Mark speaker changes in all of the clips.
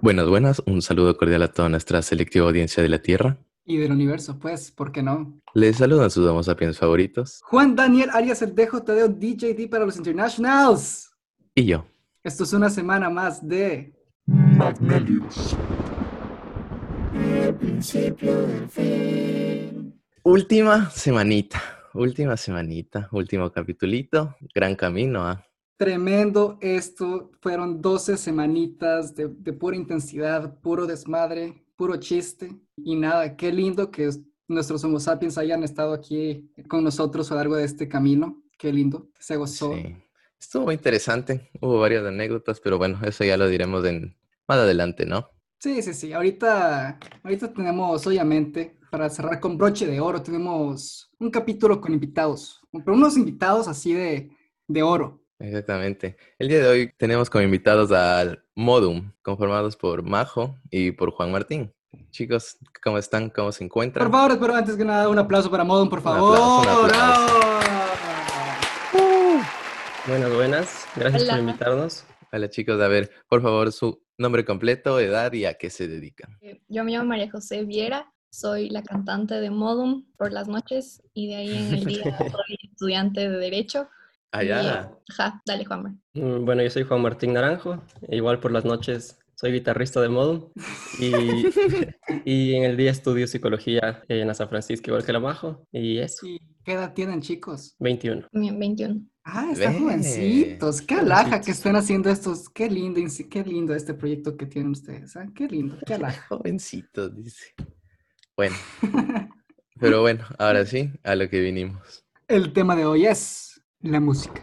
Speaker 1: Buenas, buenas. Un saludo cordial a toda nuestra selectiva audiencia de la Tierra.
Speaker 2: Y del universo, pues, ¿por qué no?
Speaker 1: Les saludan sus damos sapiens favoritos.
Speaker 2: Juan Daniel Arias el Dejo Tadeo DJD para los Internationals.
Speaker 1: Y yo.
Speaker 2: Esto es una semana más de.
Speaker 3: Magnelius. El principio del fin.
Speaker 1: Última semanita, última semanita, último capitulito. Gran camino ¿ah? a.
Speaker 2: Tremendo esto. Fueron 12 semanitas de, de pura intensidad, puro desmadre, puro chiste. Y nada, qué lindo que es- nuestros Homo sapiens hayan estado aquí con nosotros a lo largo de este camino. Qué lindo. Se gozó.
Speaker 1: Sí. Estuvo muy interesante. Hubo varias anécdotas, pero bueno, eso ya lo diremos en... más adelante, ¿no?
Speaker 2: Sí, sí, sí. Ahorita, ahorita tenemos, obviamente, para cerrar con broche de oro, tenemos un capítulo con invitados, pero unos invitados así de, de oro.
Speaker 1: Exactamente. El día de hoy tenemos como invitados al Modum, conformados por Majo y por Juan Martín. Chicos, ¿cómo están? ¿Cómo se
Speaker 2: Por
Speaker 1: encuentran?
Speaker 2: favor, pero antes que nada, un aplauso para Modon, por
Speaker 1: Un
Speaker 2: favor.
Speaker 1: aplauso, un aplauso.
Speaker 2: ¡Bravo!
Speaker 4: Buenas, buenas. Gracias por
Speaker 5: Hola.
Speaker 4: invitarnos.
Speaker 1: Hola chicos, a ver, por favor, su nombre completo, edad y a qué se dedican.
Speaker 5: Eh, Yo me llamo María José Viera, soy la cantante de Modum por las noches y de ahí en el día soy estudiante de Derecho.
Speaker 1: Ah,
Speaker 5: y,
Speaker 1: Allá.
Speaker 5: eh, ajá, dale, Juanma.
Speaker 4: Mm, Bueno, yo soy Juan Martín Naranjo. e Igual por las noches soy guitarrista de Modum. Y, y en el día estudio psicología en la San Francisco, igual que la Majo. Y eso,
Speaker 2: ¿Y qué edad tienen, chicos?
Speaker 4: 21.
Speaker 5: Mi- 21.
Speaker 2: Ah, están
Speaker 1: Ve.
Speaker 2: jovencitos. Qué alhaja que
Speaker 4: Jovencitos.
Speaker 2: están haciendo estos. Qué lindo, ins- qué lindo este proyecto que tienen ustedes. ¿eh? Qué lindo, qué alhaja.
Speaker 1: Jovencito, dice. Bueno, pero bueno, ahora sí, a lo que vinimos.
Speaker 2: El tema de hoy es la música.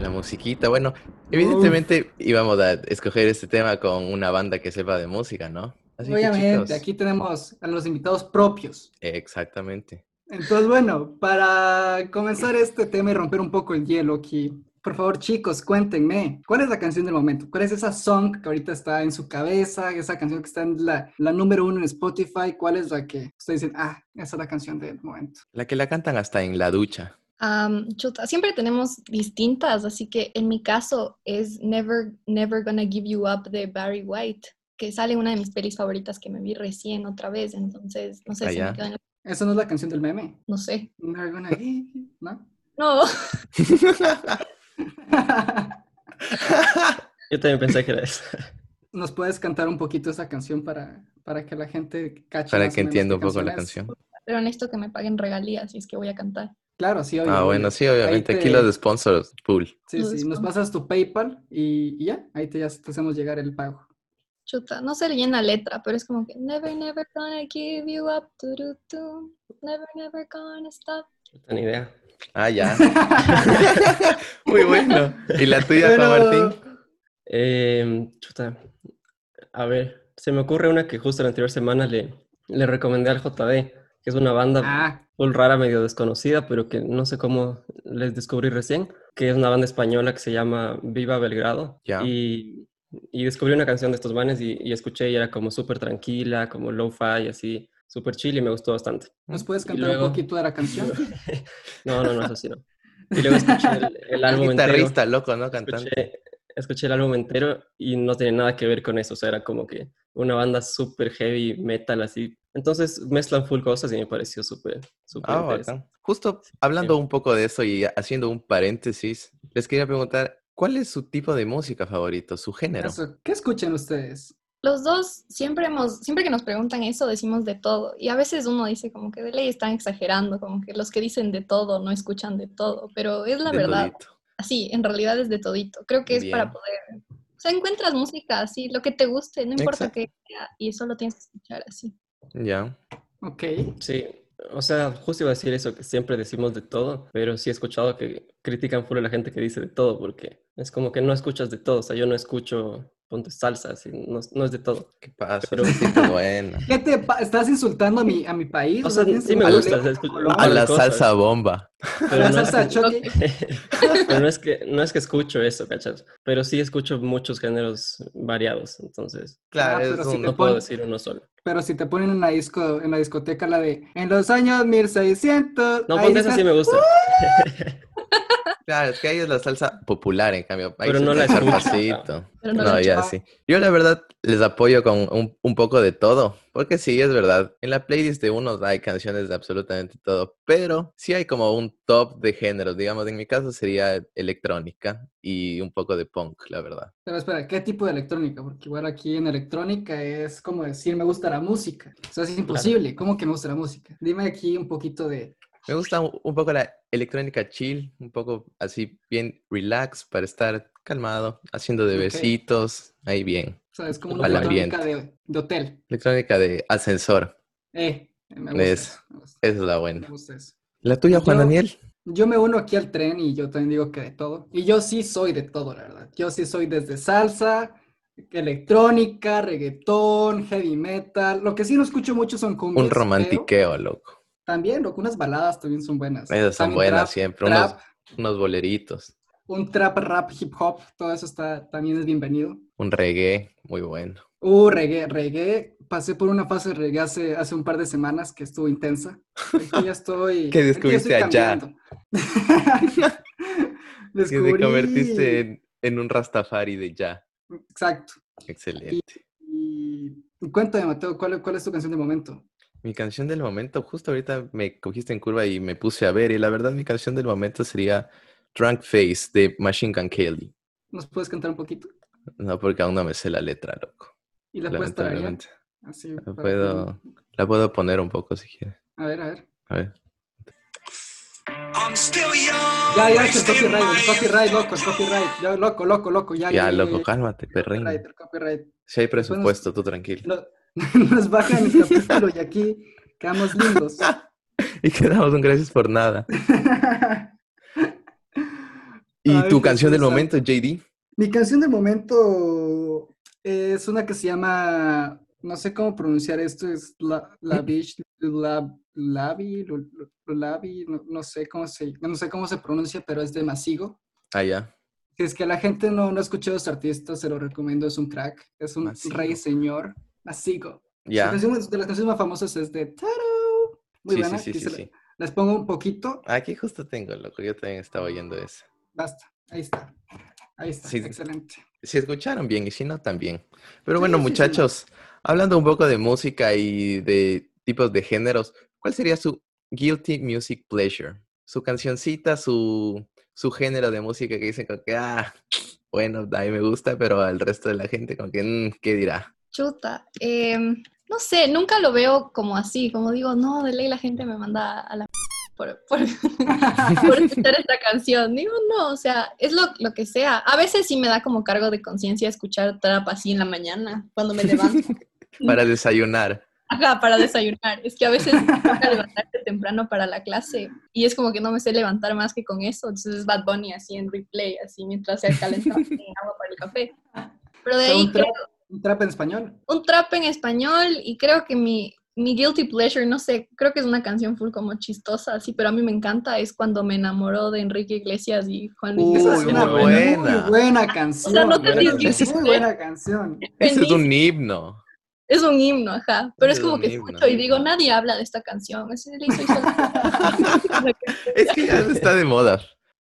Speaker 1: La musiquita, bueno, evidentemente íbamos a escoger este tema con una banda que sepa de música, ¿no? Así que,
Speaker 2: obviamente,
Speaker 1: chicos,
Speaker 2: aquí tenemos a los invitados propios.
Speaker 1: Exactamente.
Speaker 2: Entonces, bueno, para comenzar este tema y romper un poco el hielo aquí, por favor, chicos, cuéntenme, ¿cuál es la canción del momento? ¿Cuál es esa song que ahorita está en su cabeza? Esa canción que está en la, la número uno en Spotify, ¿cuál es la que ustedes dicen, ah, esa es la canción del momento?
Speaker 1: La que la cantan hasta en la ducha.
Speaker 5: Am, chuta, siempre tenemos distintas, así que en mi caso es Never, Never Gonna Give You Up de Barry White, que sale en una de mis pelis favoritas que me vi recién otra vez, entonces no sé si
Speaker 1: Allá.
Speaker 5: me quedo en la-
Speaker 2: Esa no es la canción del meme.
Speaker 5: no sé.
Speaker 2: Never gonna give you- ¿No?
Speaker 5: No,
Speaker 4: Yo también pensé que era esa.
Speaker 2: ¿Nos puedes cantar un poquito esa canción para, para que la gente cache?
Speaker 1: Para
Speaker 2: más
Speaker 1: que
Speaker 2: o menos
Speaker 1: entienda
Speaker 2: qué
Speaker 1: un poco la
Speaker 2: es?
Speaker 1: canción.
Speaker 5: pero necesito que me paguen regalías si es que voy a cantar.
Speaker 2: Claro, sí, obvio,
Speaker 1: Ah,
Speaker 2: obvio.
Speaker 1: bueno, sí, obviamente.
Speaker 2: Ahí
Speaker 1: Aquí
Speaker 2: te-
Speaker 1: los sponsors, pool.
Speaker 2: Sí,
Speaker 5: Los
Speaker 2: sí, nos
Speaker 5: descuento.
Speaker 2: pasas tu PayPal y, y ya, ahí te, ya te hacemos llegar el pago.
Speaker 5: chuta, no sé bien la letra, pero es como que never, never gonna give you up, tu, tu, tu, never, never gonna stop.
Speaker 4: No tengo ni idea.
Speaker 1: Ah, ya. Muy bueno. ¿Y la tuya, Juan
Speaker 2: Pero-
Speaker 1: Martín?
Speaker 4: Em, chuta. A ver, se me ocurre una que justo la anterior semana le, le recomendé al JD, que es una banda
Speaker 2: Ah,
Speaker 4: full rara, medio desconocida, pero que no sé cómo les descubrí recién, que es una banda española que se llama Viva Belgrado.
Speaker 1: Ya.
Speaker 4: Y, y descubrí una canción de estos manes y, y escuché y era como súper tranquila, como lo-fi, así, súper chill y me gustó bastante.
Speaker 2: ¿nos puedes
Speaker 4: Mm, Y
Speaker 2: cantar
Speaker 4: luego-
Speaker 2: un poquito de la canción?
Speaker 4: No, no, no, eso sí no. Y luego escuché el, el
Speaker 1: El
Speaker 4: álbum entero.
Speaker 1: guitarrista, loco, ¿no? Cantante.
Speaker 4: Escuché, escuché el álbum entero y no tenía nada que ver con eso, o sea, era como que una banda súper heavy metal así. Entonces mezclan full cosas y me pareció súper, súper
Speaker 1: Ah,
Speaker 4: interesante.
Speaker 1: bacán. Justo hablando un poco de eso y haciendo un paréntesis, les quería preguntar, ¿cuál es su tipo de música favorito, su género?
Speaker 2: Eso, ¿Qué escuchan ustedes?
Speaker 5: Los dos siempre hemos, siempre que nos preguntan eso decimos de todo y a veces uno dice como que de ley están exagerando, como que los que dicen de todo no escuchan de todo, pero es la
Speaker 1: De
Speaker 5: verdad.
Speaker 1: todito.
Speaker 5: Así, en realidad es de todito. Creo que es para
Speaker 1: Bien.
Speaker 5: poder, o sea, encuentras música así, lo que te guste, no importa qué sea y solo tienes que escuchar así.
Speaker 1: Ya.
Speaker 2: Ok.
Speaker 4: Sí, o sea, justo iba a decir eso, que siempre decimos de todo, pero sí he escuchado que critican full a la gente que dice de todo, porque es como que no escuchas de todo, o sea, yo no escucho, ponte salsa, así, no, no es de todo.
Speaker 1: ¿Qué pasa?
Speaker 4: Pero-
Speaker 1: Sí, está bueno.
Speaker 2: ¿Qué te pa- estás insultando a mi, a mi país?
Speaker 4: O sea,
Speaker 2: ¿Tienes
Speaker 4: sí
Speaker 2: un
Speaker 4: me
Speaker 1: A la-
Speaker 4: gusta, o
Speaker 2: problema
Speaker 4: sea, escucho
Speaker 2: con
Speaker 4: un
Speaker 2: Colombia?
Speaker 1: A
Speaker 4: par de
Speaker 1: la
Speaker 4: cosas,
Speaker 1: salsa bomba.
Speaker 4: pero
Speaker 2: La
Speaker 4: no es
Speaker 2: salsa
Speaker 4: que-
Speaker 2: choque.
Speaker 4: pero no es que, no es que escucho eso, ¿cachas? Pero sí escucho muchos géneros variados, entonces
Speaker 2: Ah,
Speaker 1: Claro,
Speaker 2: pero
Speaker 1: es
Speaker 2: sí
Speaker 1: un-
Speaker 2: te
Speaker 4: no puedo
Speaker 2: pon-
Speaker 4: decir uno solo.
Speaker 2: Pero si te ponen en la, disco, en la discoteca la de en los años 1600.
Speaker 4: No,
Speaker 2: ahí
Speaker 4: ponte eso
Speaker 2: está-
Speaker 4: sí me gusta.
Speaker 1: Claro, es que ahí es la salsa popular, en cambio. Ahí
Speaker 4: Pero
Speaker 1: se
Speaker 4: no la
Speaker 1: echa el
Speaker 4: escuchas.
Speaker 1: pasito.
Speaker 5: Pero no
Speaker 1: No,
Speaker 5: la
Speaker 2: escuchas.
Speaker 1: ya sí. Yo la verdad les apoyo con un, un poco de todo, porque sí, es verdad. En la playlist de unos hay canciones de absolutamente todo, pero sí hay como un top de géneros. Digamos, en mi caso sería electrónica y un poco de punk, la verdad.
Speaker 2: Pero espera, ¿qué tipo de electrónica? Porque igual aquí en electrónica es como decir me gusta la música. O sea, es imposible. ¿Cómo que me gusta la música? Dime aquí un poquito de...
Speaker 1: Me gusta un un poco la electrónica chill, un poco así bien relax para estar calmado, haciendo de
Speaker 2: Ok.
Speaker 1: besitos, ahí bien.
Speaker 2: O sea, es como una
Speaker 1: Al
Speaker 2: electrónica de, de hotel.
Speaker 1: Electrónica de ascensor,
Speaker 2: Eh, me gusta
Speaker 1: Es-
Speaker 2: eso, me gusta,
Speaker 1: esa es la
Speaker 2: me
Speaker 1: buena.
Speaker 2: gusta eso.
Speaker 1: La tuya, Juan
Speaker 2: Yo-
Speaker 1: Daniel.
Speaker 2: Yo me uno aquí al tren y yo también digo que de todo. Y yo sí soy de todo, la verdad. Yo sí soy desde salsa, electrónica, reggaetón, heavy metal. Lo que sí no escucho mucho son cumbias.
Speaker 1: Un
Speaker 2: pero
Speaker 1: romantiqueo, loco.
Speaker 2: También, lo que unas baladas también son buenas.
Speaker 1: Esas son
Speaker 2: También
Speaker 1: buenas
Speaker 2: trap,
Speaker 1: siempre. Unos,
Speaker 2: Trap,
Speaker 1: unos boleritos,
Speaker 2: un trap, rap, hip hop, todo eso está, también es bienvenido.
Speaker 1: un reggae, muy bueno.
Speaker 2: Uh, reggae, reggae. Pasé por una fase de reggae hace, hace un par de semanas que estuvo intensa. Aquí ya estoy.
Speaker 1: ¿Qué
Speaker 2: aquí ya
Speaker 1: descubriste
Speaker 2: estoy
Speaker 1: allá?
Speaker 2: cambiando.
Speaker 1: Que te
Speaker 2: Descubrí-
Speaker 1: convertiste en, en un rastafari de ya.
Speaker 2: Exacto.
Speaker 1: Excelente.
Speaker 2: Y cuéntame, Mateo, ¿cuál, cuál es tu canción de momento?
Speaker 1: Mi canción del momento, justo ahorita me cogiste en curva y me puse a ver. Y la verdad, mi canción del momento sería Drunk Face de Machine Gun Kelly.
Speaker 2: ¿Nos puedes cantar un poquito?
Speaker 1: No, porque aún no me sé la letra, loco.
Speaker 2: Y la puedes tararear,
Speaker 1: Lamentablemente.
Speaker 2: así,
Speaker 1: La
Speaker 2: para-
Speaker 1: puedo, la puedo poner un poco si quieres.
Speaker 2: A ver, a ver.
Speaker 1: A ver.
Speaker 2: Ya, ya, es el copyright, el copyright, loco, el copyright. Ya, loco, loco, loco,
Speaker 1: Ya,
Speaker 2: ya. ya, ya,
Speaker 1: loco,
Speaker 2: ya.
Speaker 1: cálmate, perrín.
Speaker 2: Copyright, el copyright.
Speaker 1: Si hay
Speaker 2: Después nos-
Speaker 1: presupuesto, tú tranquilo.
Speaker 2: No- nos bajan el capítulo y aquí quedamos lindos.
Speaker 1: Y quedamos un gracias por nada. ¿Y
Speaker 2: Ay,
Speaker 1: tu
Speaker 2: qué
Speaker 1: canción del
Speaker 2: cosa.
Speaker 1: momento, JD?
Speaker 2: Mi canción de momento es una que se llama, no sé cómo pronunciar esto, es La, la Beach, La, Lavi, Lu- Lu- Lulavi, no, no sé cómo se, no sé cómo se pronuncia, pero es de Masigo.
Speaker 1: Ah, ya.
Speaker 2: Si es que la gente no, no ha escuchado a este artista, se lo recomiendo, es un crack, es un
Speaker 1: Masigo.
Speaker 2: rey señor, Masigo. Su
Speaker 1: Ya.
Speaker 2: canción es- de las canciones más famosas es de Taro. Muy
Speaker 1: Sí, sí,
Speaker 2: buena,
Speaker 1: sí,
Speaker 2: que
Speaker 1: sí,
Speaker 2: se la-
Speaker 1: sí.
Speaker 2: les pongo un poquito,
Speaker 1: Aquí justo tengo, loco. Yo también estaba oyendo
Speaker 2: Ah.
Speaker 1: eso.
Speaker 2: basta, ahí está, ahí está,
Speaker 1: Sí.
Speaker 2: excelente.
Speaker 1: Si escucharon bien y si no, también. Pero
Speaker 2: Sí,
Speaker 1: bueno,
Speaker 2: sí, sí.
Speaker 1: muchachos, hablando un poco de música y de tipos de géneros, ¿cuál sería su guilty music pleasure? Su cancioncita, su, su género de música que dicen como que, ah, bueno, a mí me gusta, pero al resto de la gente como que, "Mm, ¿qué dirá?
Speaker 5: Chuta. em, no sé, nunca lo veo como así, como digo, no, de ley la gente me manda a la... m- Por, por, por escuchar esta canción. Digo, no, o sea, es lo, lo que sea. A veces sí me da como cargo de conciencia escuchar trap así en la mañana, cuando me levanto.
Speaker 2: Mm.
Speaker 1: Para desayunar.
Speaker 5: Ajá, para desayunar. Es que a veces me toca levantarte temprano para la clase y es como que no me sé levantar más que con eso. Entonces es Bad Bunny así en replay, así mientras se calentaba en agua para el café. Pero de
Speaker 2: O sea,
Speaker 5: ahí
Speaker 2: un, trap, un trap en español.
Speaker 5: un trap en español y creo que mi, mi guilty pleasure, no sé, creo que es una canción full como chistosa, así, pero a mí me encanta, es cuando me enamoró de Enrique Iglesias y Juan Luis.
Speaker 1: Uy,
Speaker 2: Esa es
Speaker 1: muy
Speaker 2: una
Speaker 1: buena.
Speaker 2: muy buena canción.
Speaker 5: no te
Speaker 2: muy
Speaker 1: digas que-
Speaker 2: buena canción.
Speaker 1: Ese es
Speaker 5: Feliz.
Speaker 1: un himno.
Speaker 5: Es un himno, ajá, pero
Speaker 1: Es
Speaker 5: es como
Speaker 1: un
Speaker 5: que
Speaker 1: himno.
Speaker 5: escucho y digo, nadie habla de esta canción, así le hizo- hizo-
Speaker 1: Es que ya no está de moda.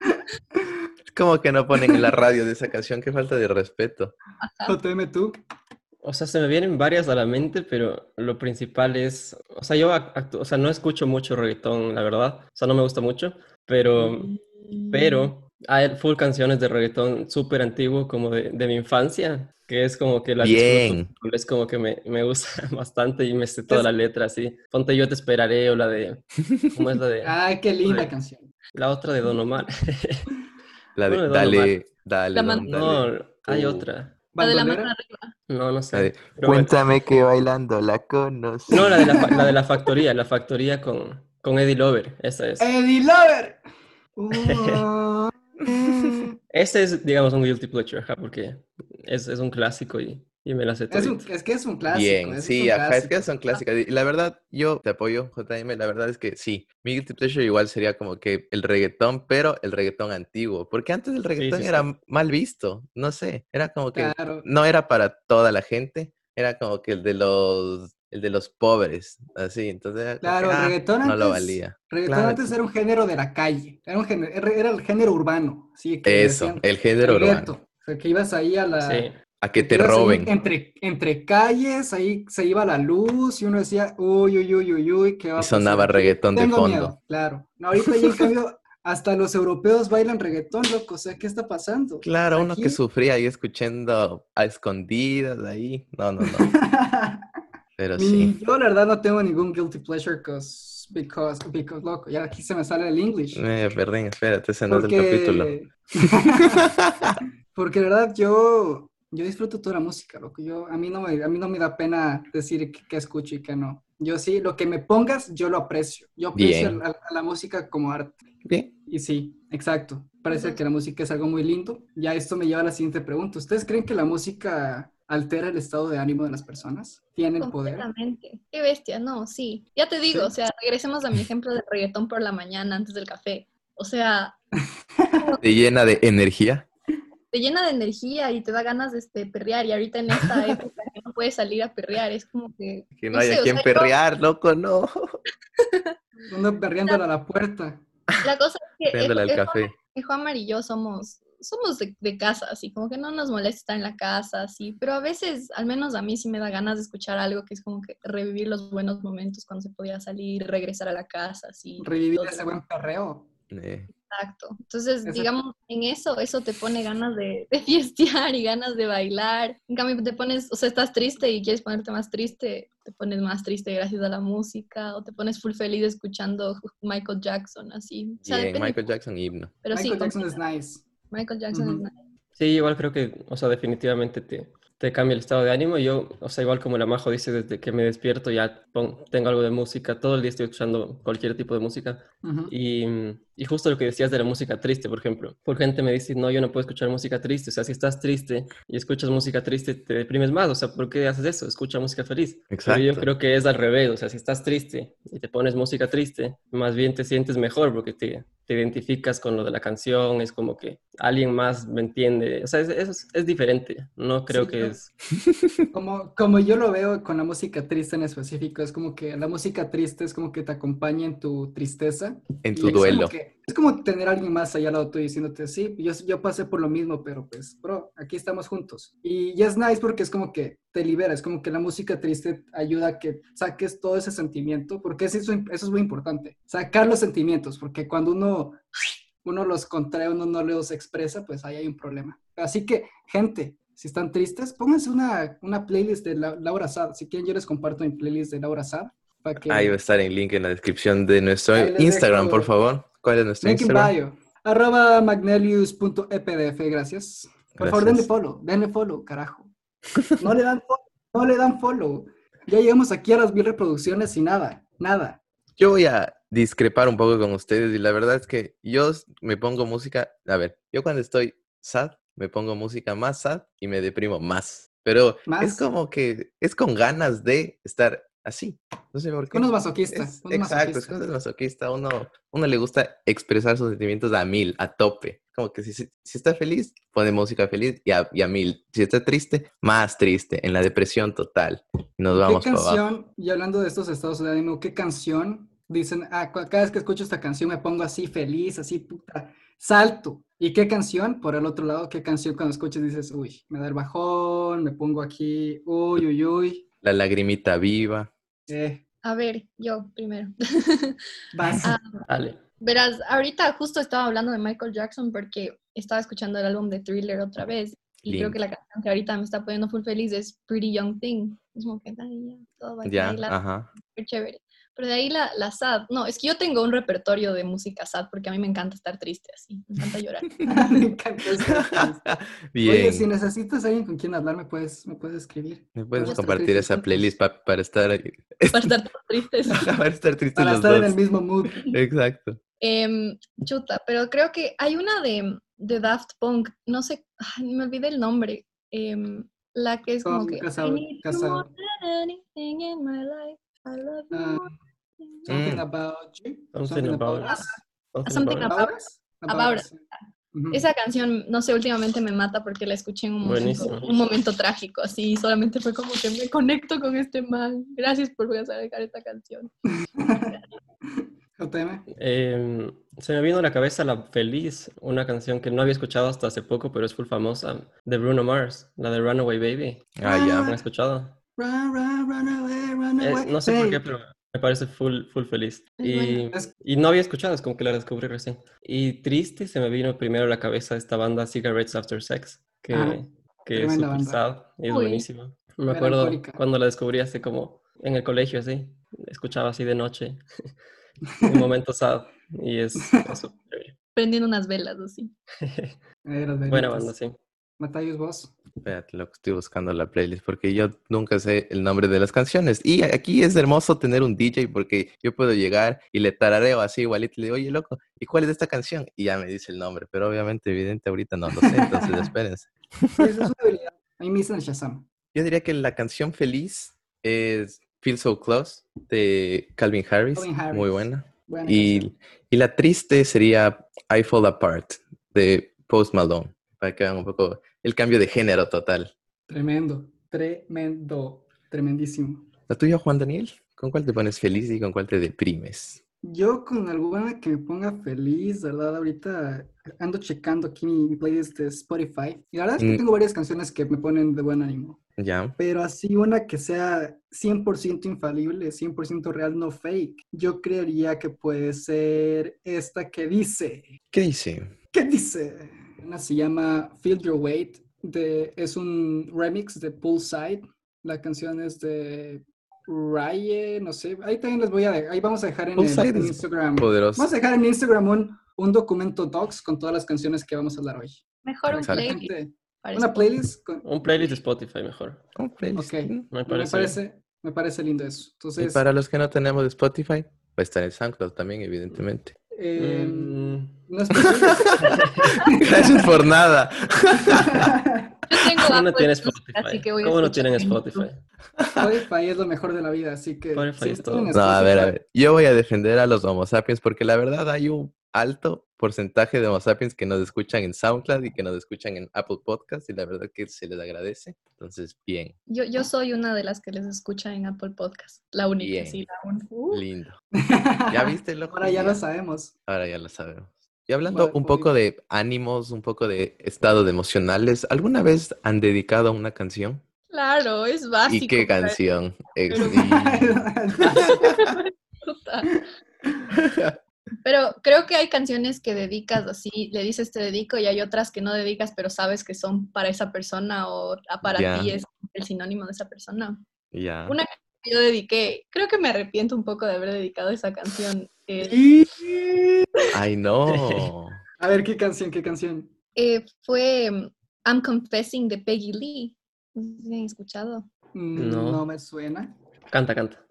Speaker 1: Es como que no ponen en la radio de esa canción, qué falta de respeto.
Speaker 5: ajá.
Speaker 2: JM tú.
Speaker 4: O sea, se me vienen varias a la mente, pero lo principal es, o sea, yo ac- actu- o sea, no escucho mucho reggaetón, la verdad, o sea, no me gusta mucho, pero,
Speaker 1: Mm.
Speaker 4: pero hay full canciones de reggaetón súper antiguo, como de, de mi infancia, que es como que la
Speaker 1: Bien. Pues
Speaker 4: full, es como que me, me gusta bastante y me sé toda
Speaker 2: Es-
Speaker 4: la letra, así, ponte yo te esperaré, o la de, ¿cómo es la de?
Speaker 1: Ah.
Speaker 2: Ay, qué linda
Speaker 4: Sí.
Speaker 2: canción.
Speaker 4: La otra de Don Omar.
Speaker 1: La de
Speaker 4: No, no,
Speaker 1: dale, dale,
Speaker 5: La
Speaker 1: don,
Speaker 5: man-
Speaker 1: dale.
Speaker 4: No, hay
Speaker 1: Uh.
Speaker 4: otra.
Speaker 5: La de la mano
Speaker 2: Bandolera.
Speaker 5: arriba.
Speaker 4: No, no sé.
Speaker 1: La de,
Speaker 4: pero bueno.
Speaker 1: Cuéntame que bailando la conocí.
Speaker 4: No, la de la, fa- la de la factoría, la factoría con, con Eddie Lover, esa es.
Speaker 2: Eddie Lover. Uh, eh,
Speaker 4: Ese Este es, digamos, un guilty pleasure, ajá, porque es, es un clásico y, y me la sé
Speaker 2: es, un-
Speaker 4: todita.
Speaker 2: es que es un clásico.
Speaker 1: Bien,
Speaker 2: es
Speaker 1: sí,
Speaker 2: un
Speaker 1: ajá, es
Speaker 2: clásico.
Speaker 1: que son clásicas. Y la verdad, yo te apoyo, JM, la verdad es que sí. Mi guilty pleasure igual sería como que el reggaetón, pero el reggaetón antiguo. Porque antes el reggaetón
Speaker 4: sí,
Speaker 1: era
Speaker 4: sí.
Speaker 1: mal visto, no sé, era como que
Speaker 2: Claro.
Speaker 1: no era para toda la gente. era como que el de los el de los pobres, así, entonces era como
Speaker 2: Claro,
Speaker 1: que,
Speaker 2: el
Speaker 1: ah,
Speaker 2: reggaetón
Speaker 1: no
Speaker 2: antes,
Speaker 1: lo valía.
Speaker 2: reggaetón
Speaker 1: Claro.
Speaker 2: antes era un género de la calle, era, un género, era el género urbano. ¿sí? que
Speaker 1: Eso,
Speaker 2: decían,
Speaker 1: el género
Speaker 2: "Alberto",
Speaker 1: urbano,
Speaker 2: O sea, que ibas ahí a la...
Speaker 4: Sí.
Speaker 1: a que te
Speaker 2: ibas ahí
Speaker 1: roben.
Speaker 2: Entre, entre calles, ahí se iba la luz y uno decía, uy, uy, uy, uy, uy, ¿qué va
Speaker 1: Y
Speaker 2: a pasar
Speaker 1: sonaba
Speaker 2: pues, aquí?
Speaker 1: reggaetón de
Speaker 2: Tengo
Speaker 1: fondo.
Speaker 2: miedo, claro. No, ahorita ya en cambio, hasta los europeos bailan reggaetón, loco, o sea, ¿qué está pasando?
Speaker 1: Claro, uno
Speaker 2: Aquí-
Speaker 1: que sufría ahí escuchando a escondidas ahí. No, no, no. Pero
Speaker 2: Mi-
Speaker 1: sí.
Speaker 2: Yo la verdad no tengo ningún guilty pleasure cause, because, because, loco, ya aquí se me sale el English.
Speaker 1: Eh, perdón, espérate, ese no es el capítulo.
Speaker 2: Porque la verdad yo, yo disfruto toda la música, loco. Yo, a, mí no me, a mí no me da pena decir que, que escucho y que no. Yo sí, lo que me pongas, yo lo aprecio. Yo aprecio
Speaker 1: Bien.
Speaker 2: a, a la música como arte.
Speaker 1: Bien.
Speaker 2: Y sí, exacto. Parece que la música es algo muy lindo. Ya esto me lleva a la siguiente pregunta. ¿Ustedes creen que la música altera el estado de ánimo de las personas? ¿Tiene el poder?
Speaker 5: Completamente. Qué bestia, no, sí. Ya te digo,
Speaker 2: Sí.
Speaker 5: o sea, regresemos a mi ejemplo del reggaetón por la mañana antes del café. O sea,
Speaker 1: Te llena de energía.
Speaker 5: te llena de energía y te da ganas de este, perrear. Y ahorita en esta época que no puedes salir a perrear, es como que.
Speaker 1: Que no,
Speaker 5: No sé,
Speaker 1: haya
Speaker 5: o
Speaker 1: quien
Speaker 5: sea, yo-
Speaker 1: perrear, loco, no.
Speaker 2: Uno perreándola a la puerta.
Speaker 5: La cosa es que.
Speaker 1: Prendela
Speaker 5: el-
Speaker 1: al
Speaker 5: el
Speaker 1: café.
Speaker 5: Mi Juanmar y yo somos, somos de, de casa, así como que no nos molesta estar en la casa, así, pero a veces, al menos a mí sí me da ganas de escuchar algo que es como que revivir los buenos momentos cuando se podía salir, regresar a la casa, así.
Speaker 2: Revivir
Speaker 5: Todo
Speaker 2: ese buen perreo.
Speaker 1: Eh,
Speaker 5: Exacto. Entonces,
Speaker 2: Ese-
Speaker 5: digamos, en eso, eso te pone ganas de, de fiestear y ganas de bailar. En cambio, te pones, o sea, estás triste y quieres ponerte más triste, te pones más triste gracias a la música, o te pones full feliz escuchando Michael Jackson, así. O sea,
Speaker 1: bien,
Speaker 5: depende,
Speaker 1: Michael Jackson, himno.
Speaker 5: pero
Speaker 2: Michael
Speaker 5: sí,
Speaker 2: Jackson es
Speaker 5: completa.
Speaker 2: nice.
Speaker 5: Michael Jackson
Speaker 2: Ujú.
Speaker 5: es
Speaker 4: Sí, igual creo que, o sea, definitivamente te, te cambia el estado de ánimo. Y Yo, o sea, igual como la Majo dice, desde que me despierto ya pon- tengo algo de música, todo el día estoy escuchando cualquier tipo de música.
Speaker 2: Ujú.
Speaker 4: Y, mm, y justo lo que decías de la música triste, por ejemplo, porque gente me dice, no, yo no puedo escuchar música triste, o sea, si estás triste y escuchas música triste, te deprimes más, o sea, ¿por qué haces eso? Escucha música feliz. Pero yo
Speaker 1: Exacto.
Speaker 4: creo que es al revés, o sea, si estás triste y te pones música triste, más bien te sientes mejor porque te, te identificas con lo de la canción, es como que alguien más me entiende, o sea, es, es, es diferente, no creo
Speaker 2: Sí,
Speaker 4: que
Speaker 2: ¿no?
Speaker 4: es...
Speaker 2: Como, como yo lo veo con la música triste en específico, es como que la música triste es como que te acompaña en tu tristeza.
Speaker 1: En
Speaker 2: y
Speaker 1: tu
Speaker 2: es como
Speaker 1: duelo.
Speaker 2: que- es como tener a alguien más allá al lado tuyo diciéndote, sí, yo, yo pasé por lo mismo, pero pues, bro, aquí estamos juntos. Y, y es nice porque es como que te libera, es como que la música triste ayuda a que saques todo ese sentimiento, porque es eso, eso es muy importante, sacar los sentimientos, porque cuando uno uno los contrae, uno no los expresa, pues ahí hay un problema. Así que, gente, si están tristes, pónganse una, una playlist de La- Laura Sad. Si quieren, yo les comparto mi playlist de Laura Sad. Para que...
Speaker 1: Ahí va a estar el link en la descripción de nuestro
Speaker 2: Ahí les
Speaker 1: Instagram,
Speaker 2: dejo-
Speaker 1: por favor. ¿Cuál es nuestro
Speaker 2: Link in
Speaker 1: Instagram?
Speaker 2: bio. Arroba E magnelius.epdf, gracias. Por favor, denle
Speaker 1: Gracias.
Speaker 2: follow, denle follow, carajo. No le dan follow, no le dan follow. Ya llegamos aquí a las mil reproducciones y nada, nada.
Speaker 1: Yo voy a discrepar un poco con ustedes y la verdad es que yo s- me pongo música, a ver, yo cuando estoy sad, me pongo música más sad y me deprimo más, pero es
Speaker 2: ¿Más?
Speaker 1: como que es con ganas de estar así, no sé por qué.
Speaker 2: Uno es masoquista.
Speaker 1: Es-
Speaker 2: uno es
Speaker 1: exacto, es
Speaker 2: masoquista.
Speaker 1: cuando es masoquista, uno, uno le gusta expresar sus sentimientos a mil, a tope. Como que si, si si está feliz, pone música feliz y a, y a mil. Si está triste, más triste, en la depresión total. Y nos vamos
Speaker 2: ¿Qué
Speaker 1: para abajo.
Speaker 2: canción, y hablando de estos estados de ánimo, qué canción dicen, ah, cu- cada vez que escucho esta canción me pongo así feliz, así puta, salto? ¿Y qué canción, por el otro lado, qué canción cuando escuchas dices, uy, me da el bajón, me pongo aquí, uy, uy, uy,
Speaker 1: La lagrimita viva.
Speaker 2: eh,
Speaker 5: A ver, yo primero.
Speaker 2: vas.
Speaker 5: Ah.
Speaker 4: Ale.
Speaker 5: Verás, ahorita justo estaba hablando de Michael Jackson porque estaba escuchando el álbum de Thriller otra vez y creo
Speaker 1: Lindo.
Speaker 5: que la canción que ahorita me está poniendo full feliz es Pretty Young Thing. Es como que ay, ya, todo va a
Speaker 1: Ya,
Speaker 5: bailar,
Speaker 1: ajá.
Speaker 5: súper chévere. Pero de ahí la, la sad. No, es que yo tengo un repertorio de música sad porque a mí me encanta estar triste así, me encanta llorar.
Speaker 2: me encanta esa canción.
Speaker 1: Bien.
Speaker 2: Oye, si necesitas alguien con quien hablar, me puedes, me puedes escribir.
Speaker 1: ¿Me puedes
Speaker 2: Vamos a
Speaker 1: compartir
Speaker 2: triste
Speaker 1: esa
Speaker 2: juntos.
Speaker 1: playlist pa- para estar ahí?
Speaker 5: Para estar todos tristes.
Speaker 1: para estar tristes
Speaker 2: Para
Speaker 1: los
Speaker 2: estar en el
Speaker 1: dos?
Speaker 2: mismo mood.
Speaker 1: Exacto.
Speaker 5: Em, chuta, pero creo que hay una de, de Daft Punk, no sé, ay, me olvidé el nombre, em, la que es como
Speaker 2: Con
Speaker 5: que... "I
Speaker 2: Casa-
Speaker 5: need you
Speaker 2: Casa-
Speaker 5: more than anything in my life, I love you
Speaker 2: Ah,
Speaker 5: more than
Speaker 2: Something
Speaker 1: Mm.
Speaker 2: about you.
Speaker 4: Something about
Speaker 2: us.
Speaker 4: Something
Speaker 5: Something
Speaker 4: about-
Speaker 5: about-
Speaker 2: About us.
Speaker 5: About
Speaker 2: us. Ujú.
Speaker 5: Esa canción, no sé, últimamente me mata porque la escuché en un momento,
Speaker 4: Buenísimo.
Speaker 5: un momento trágico, así, y solamente fue como que me conecto con este man. Gracias por sacar esta canción.
Speaker 2: JM.
Speaker 4: Eh, se me vino a la cabeza la Feliz, una canción que no había escuchado hasta hace poco, pero es full famosa, de Bruno Mars, la de Runaway Baby.
Speaker 1: Ah,
Speaker 4: ¿La han
Speaker 1: ya.
Speaker 4: escuchado?
Speaker 2: Run, run, run away, run
Speaker 4: Eh,
Speaker 2: away,
Speaker 4: no sé por
Speaker 2: babe.
Speaker 4: qué, pero me parece full, full feliz.
Speaker 5: Es
Speaker 4: Y,
Speaker 5: buena.
Speaker 2: Es-
Speaker 4: y no había escuchado, es como que la descubrí recién. Y triste se me vino primero a la cabeza esta banda Cigarettes After Sex, que,
Speaker 2: Ajá.
Speaker 4: que es
Speaker 2: Tremenda
Speaker 4: super
Speaker 2: banda.
Speaker 4: sad y es
Speaker 5: Uy.
Speaker 4: buenísima. Me acuerdo
Speaker 2: Melancólica.
Speaker 4: cuando la descubrí así como en el colegio, así, escuchaba así de noche, un momento sad, y es es súper chévere.
Speaker 5: Prendiendo unas velas, así.
Speaker 2: Eh, las
Speaker 4: Buena
Speaker 2: velitas.
Speaker 4: banda, sí.
Speaker 2: Matayus, vos.
Speaker 1: Espérate, lo que estoy buscando en la playlist, porque yo nunca sé el nombre de las canciones. Y aquí es hermoso tener un DJ, porque yo puedo llegar y le tarareo así igualito, y le digo, oye, loco, ¿y cuál es esta canción? Y ya me dice el nombre, pero obviamente, evidente, ahorita no lo sé, entonces espérense.
Speaker 2: Sí, Esa es una habilidad. A mí me dicen Shazam.
Speaker 1: Yo diría que la canción feliz es Feel So Close de Calvin Harris,
Speaker 2: Calvin Harris.
Speaker 1: muy buena.
Speaker 2: Buena canción.
Speaker 1: Y, y la triste sería I Fall Apart de Post Malone, para que vean un poco el cambio de género total.
Speaker 2: Tremendo, tremendo, tremendísimo.
Speaker 1: ¿La tuya, Juan Daniel? ¿Con cuál te pones feliz y con cuál te deprimes?
Speaker 2: Yo con alguna que me ponga feliz, ¿verdad? Ahorita ando checando aquí mi mi playlist de Spotify. Y la verdad es que
Speaker 1: Mm.
Speaker 2: tengo varias canciones que me ponen de buen ánimo.
Speaker 1: Ya,
Speaker 2: Pero así una que sea 100% infalible, 100% real, no fake. Yo creería que puede ser esta que dice.
Speaker 1: ¿qué dice?
Speaker 2: ¿Qué dice? Una se llama Feel Your Weight. De, es un remix de Poolside. La canción es de Ryan, no sé. Ahí también les voy a dejar. Ahí vamos a dejar en, el-
Speaker 1: Poolside
Speaker 2: en
Speaker 1: es
Speaker 2: Instagram.
Speaker 1: Poderoso.
Speaker 2: Vamos a dejar en Instagram un, un documento docs con todas las canciones que vamos a hablar hoy.
Speaker 5: Mejor un
Speaker 1: Exacto.
Speaker 2: La
Speaker 5: playlist.
Speaker 2: gente-
Speaker 5: para
Speaker 2: una
Speaker 5: Spotify.
Speaker 2: playlist. con-
Speaker 4: Un playlist de Spotify mejor.
Speaker 1: Un playlist.
Speaker 2: Ok.
Speaker 1: Mm.
Speaker 4: Me
Speaker 2: me,
Speaker 4: parece.
Speaker 2: parece, me parece lindo eso.
Speaker 1: Y
Speaker 2: Entonces,
Speaker 1: para los que no tenemos Spotify, va a estar en SoundCloud también, evidentemente.
Speaker 2: eh,
Speaker 4: Mm,
Speaker 2: no es posible.
Speaker 1: Gracias por nada.
Speaker 5: Yo tengo
Speaker 4: ¿Quién no
Speaker 5: Apple
Speaker 4: tiene
Speaker 5: Music, Ah, pues, así
Speaker 4: Spotify?
Speaker 5: que voy a
Speaker 4: ¿Cómo no
Speaker 5: escuchar
Speaker 4: tienen
Speaker 5: en YouTube.
Speaker 4: Spotify?
Speaker 2: Spotify es lo mejor de la vida, así que.
Speaker 4: Spotify
Speaker 2: si
Speaker 4: es
Speaker 2: no
Speaker 4: todo.
Speaker 2: tienen
Speaker 1: No, a ver, a
Speaker 2: Spotify,
Speaker 1: ver. Yo voy a defender a los Homo sapiens porque la verdad hay un alto porcentaje de Homo sapiens que nos escuchan en SoundCloud y que nos escuchan en Apple Podcast y la verdad que se les agradece. Entonces, bien,
Speaker 5: Yo, yo soy una de las que les escucha en Apple Podcast. La única,
Speaker 1: Bien.
Speaker 5: sí, la uh, única.
Speaker 1: lindo. ¿Ya viste lo
Speaker 2: Ahora ya lo sabemos.
Speaker 1: Ahora ya lo sabemos. Y hablando
Speaker 2: Vale,
Speaker 1: un
Speaker 2: muy
Speaker 5: pues,
Speaker 1: poco de ánimos, un poco de estados emocionales, ¿alguna vez han dedicado a una canción?
Speaker 5: Claro, es básico.
Speaker 1: ¿Y qué
Speaker 5: para-
Speaker 1: canción? Ex-
Speaker 5: Pero-
Speaker 1: y-
Speaker 5: Puta. Pero creo que hay canciones que dedicas así, le dices te dedico y hay otras que no dedicas, pero sabes que son para esa persona o a- para
Speaker 1: Ya.
Speaker 5: ti es el sinónimo de esa persona.
Speaker 1: Ya.
Speaker 5: Una que yo dediqué, creo que me arrepiento un poco de haber dedicado esa canción. eh,
Speaker 1: Ay, no.
Speaker 2: a ver, ¿qué canción? ¿Qué canción?
Speaker 5: eh, fue mm, I'm Confessing de Peggy Lee. No sé si han escuchado.
Speaker 2: Mm, No,
Speaker 4: No.
Speaker 2: me suena.
Speaker 4: Canta, canta.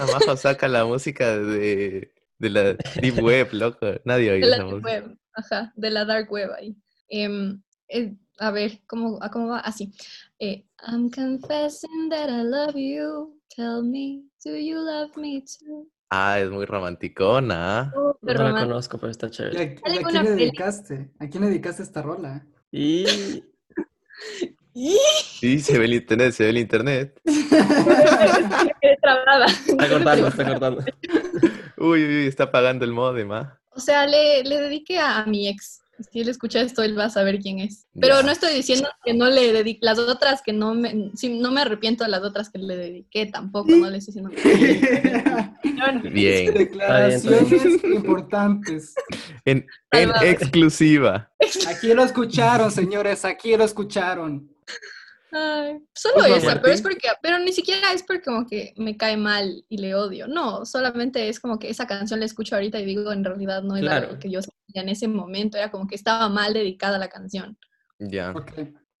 Speaker 1: Abajo saca la música de, de la Deep Web, loco. Nadie oye
Speaker 5: De la
Speaker 1: esa
Speaker 5: dark
Speaker 1: música.
Speaker 5: web, ajá, de la dark web ahí. Em, eh, a ver, ¿cómo, a cómo va? Así. Eh, I'm confessing that I love you. Tell me, do you love me too?
Speaker 1: Ah, es muy romanticona. ¿ah?
Speaker 5: Oh, qué
Speaker 4: No la
Speaker 5: romántico.
Speaker 4: conozco, pero está
Speaker 2: ¿Y a,
Speaker 4: chévere.
Speaker 2: y a
Speaker 5: Dale con
Speaker 2: quién
Speaker 5: una
Speaker 2: le
Speaker 5: peli.
Speaker 2: dedicaste? ¿A quién le dedicaste esta rola?
Speaker 4: Y
Speaker 5: Y
Speaker 1: Sí, se ve el internet, se ve el internet.
Speaker 5: me quedé trabada.
Speaker 4: está cortando, está cortando.
Speaker 1: Uy, uy, uy, está apagando el modem, ¿ah?
Speaker 5: O sea, le, le dediqué a, a mi ex. Si él escucha esto, él va a saber quién es. Pero
Speaker 1: Ya.
Speaker 5: no estoy diciendo que no le dediqué las otras que no me, sí, no me arrepiento de las otras que le dediqué tampoco. No le estoy diciendo.
Speaker 1: Bien.
Speaker 2: Declaraciones importantes.
Speaker 1: En, en
Speaker 5: Salvado.
Speaker 1: exclusiva.
Speaker 2: Aquí lo escucharon, señores, aquí lo escucharon.
Speaker 5: Ay, solo
Speaker 1: Pues,
Speaker 5: esa, pero
Speaker 1: Martín.
Speaker 5: es porque, pero ni siquiera es porque como que me cae mal y le odio. No, solamente es como que esa canción la escucho ahorita y digo, en realidad no era
Speaker 4: Claro.
Speaker 5: lo que yo sentía en ese momento, era como que estaba mal dedicada la canción.
Speaker 4: Ah.
Speaker 1: Ya.
Speaker 2: Ok.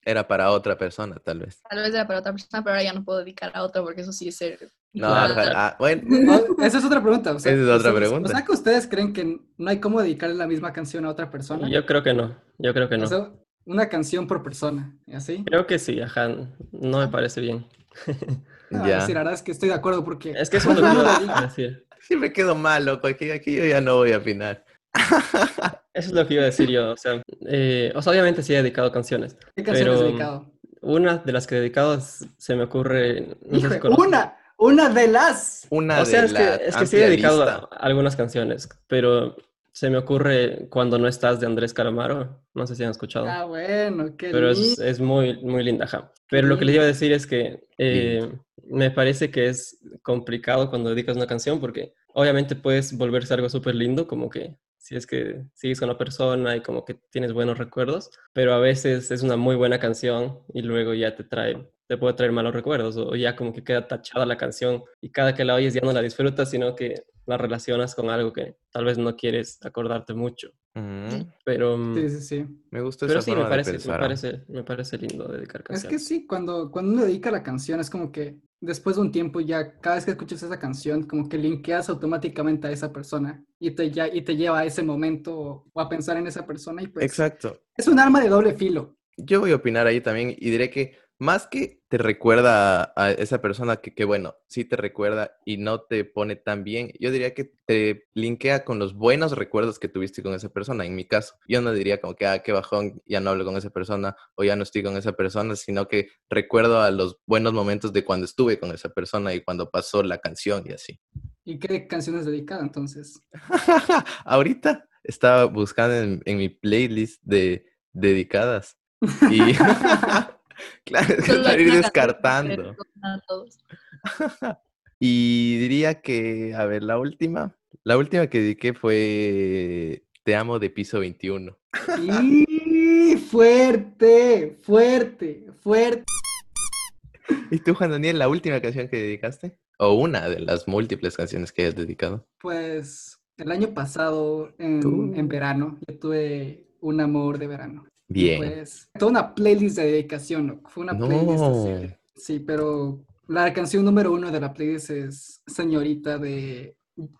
Speaker 1: Era para otra persona, tal vez.
Speaker 5: Tal vez era para otra persona, pero ahora ya no puedo dedicar a otra porque eso sí es ser.
Speaker 1: No,
Speaker 5: igual.
Speaker 1: para- ah, bueno,
Speaker 2: No, esa es otra pregunta. o sea,
Speaker 1: Esa es otra
Speaker 2: o sea,
Speaker 1: pregunta.
Speaker 2: O sea, que ustedes creen que no hay cómo dedicarle la misma canción a otra persona.
Speaker 4: Yo creo que no, yo creo que
Speaker 2: O
Speaker 4: no.
Speaker 2: sea, una canción por persona, ¿y así?
Speaker 4: Creo que sí, ajá, no me parece bien.
Speaker 2: No,
Speaker 1: ya.
Speaker 2: decir, la verdad es que estoy de acuerdo porque
Speaker 4: Es que es un olvido, es decir.
Speaker 1: Sí me quedo mal, loco. Aquí, aquí yo ya no voy a afinar.
Speaker 4: Eso es lo que iba a decir yo. O sea, eh, o sea, obviamente sí he dedicado canciones.
Speaker 2: ¿Qué canción has
Speaker 4: Pero-
Speaker 2: dedicado?
Speaker 4: Una de las que he dedicado es- se me ocurre. no sé si
Speaker 2: Hijo,
Speaker 4: conoces-
Speaker 2: una, una de las.
Speaker 1: Una
Speaker 4: O sea,
Speaker 1: de
Speaker 4: es
Speaker 1: la
Speaker 4: que, es que sí he
Speaker 1: amplia
Speaker 4: dedicado a
Speaker 1: lista.
Speaker 4: a algunas canciones, pero se me ocurre Cuando no estás de Andrés Calamaro. No sé si han escuchado.
Speaker 2: Ah, bueno, qué
Speaker 4: pero es,
Speaker 2: lindo.
Speaker 4: es muy, muy linda, ajá. Pero lo que les iba a decir es que eh, me parece que es complicado cuando dedicas una canción porque obviamente puedes volverse algo súper lindo, como que si es que sigues con la persona y como que tienes buenos recuerdos, pero a veces es una muy buena canción y luego ya te trae, te puede traer malos recuerdos o ya como que queda tachada la canción y cada que la oyes ya no la disfrutas, sino que la relacionas con algo que tal vez no quieres acordarte mucho.
Speaker 1: Ujú.
Speaker 4: Pero... mm,
Speaker 2: Sí, sí, sí.
Speaker 1: Me gusta
Speaker 4: pero
Speaker 1: esa
Speaker 4: sí, me
Speaker 1: forma de
Speaker 4: parece, me
Speaker 1: pensar.
Speaker 4: parece, me parece lindo dedicar
Speaker 2: Es
Speaker 4: canciones.
Speaker 2: que sí, cuando, cuando uno dedica la canción es como que después de un tiempo ya cada vez que escuchas esa canción como que linkeas automáticamente a esa persona y te, ya, y te lleva a ese momento o, o a pensar en esa persona y pues
Speaker 1: Exacto.
Speaker 2: es un arma de doble filo.
Speaker 1: Yo voy a opinar ahí también y diré que más que te recuerda a, a esa persona que, que, bueno, sí te recuerda y no te pone tan bien, yo diría que te linkea con los buenos recuerdos que tuviste con esa persona. En mi caso, yo no diría como que, ah, qué bajón, ya no hablo con esa persona o ya no estoy con esa persona, sino que recuerdo a los buenos momentos de cuando estuve con esa persona y cuando pasó la canción y así.
Speaker 2: ¿Y qué canciones dedicada entonces?
Speaker 1: Ahorita estaba buscando en, en mi playlist de dedicadas y claro, es que
Speaker 5: Solo
Speaker 1: para
Speaker 5: hay
Speaker 1: ir
Speaker 5: una
Speaker 1: descartando.
Speaker 5: canción que nos recuerda a todos.
Speaker 1: Y diría que, a ver, la última, la última que dediqué fue Te amo de piso 21.
Speaker 2: Y fuerte, fuerte, fuerte.
Speaker 1: ¿Y tú, Juan Daniel, la última canción que dedicaste? O una de las múltiples canciones que hayas dedicado.
Speaker 2: Pues el año pasado
Speaker 1: Tú.
Speaker 2: en, en verano yo tuve un amor de verano. Y,
Speaker 1: Bien.
Speaker 2: Pues, toda una playlist de dedicación, loco, Fue una playlist así de-
Speaker 1: No.
Speaker 2: Sí, pero la canción número uno de la playlist es Señorita de,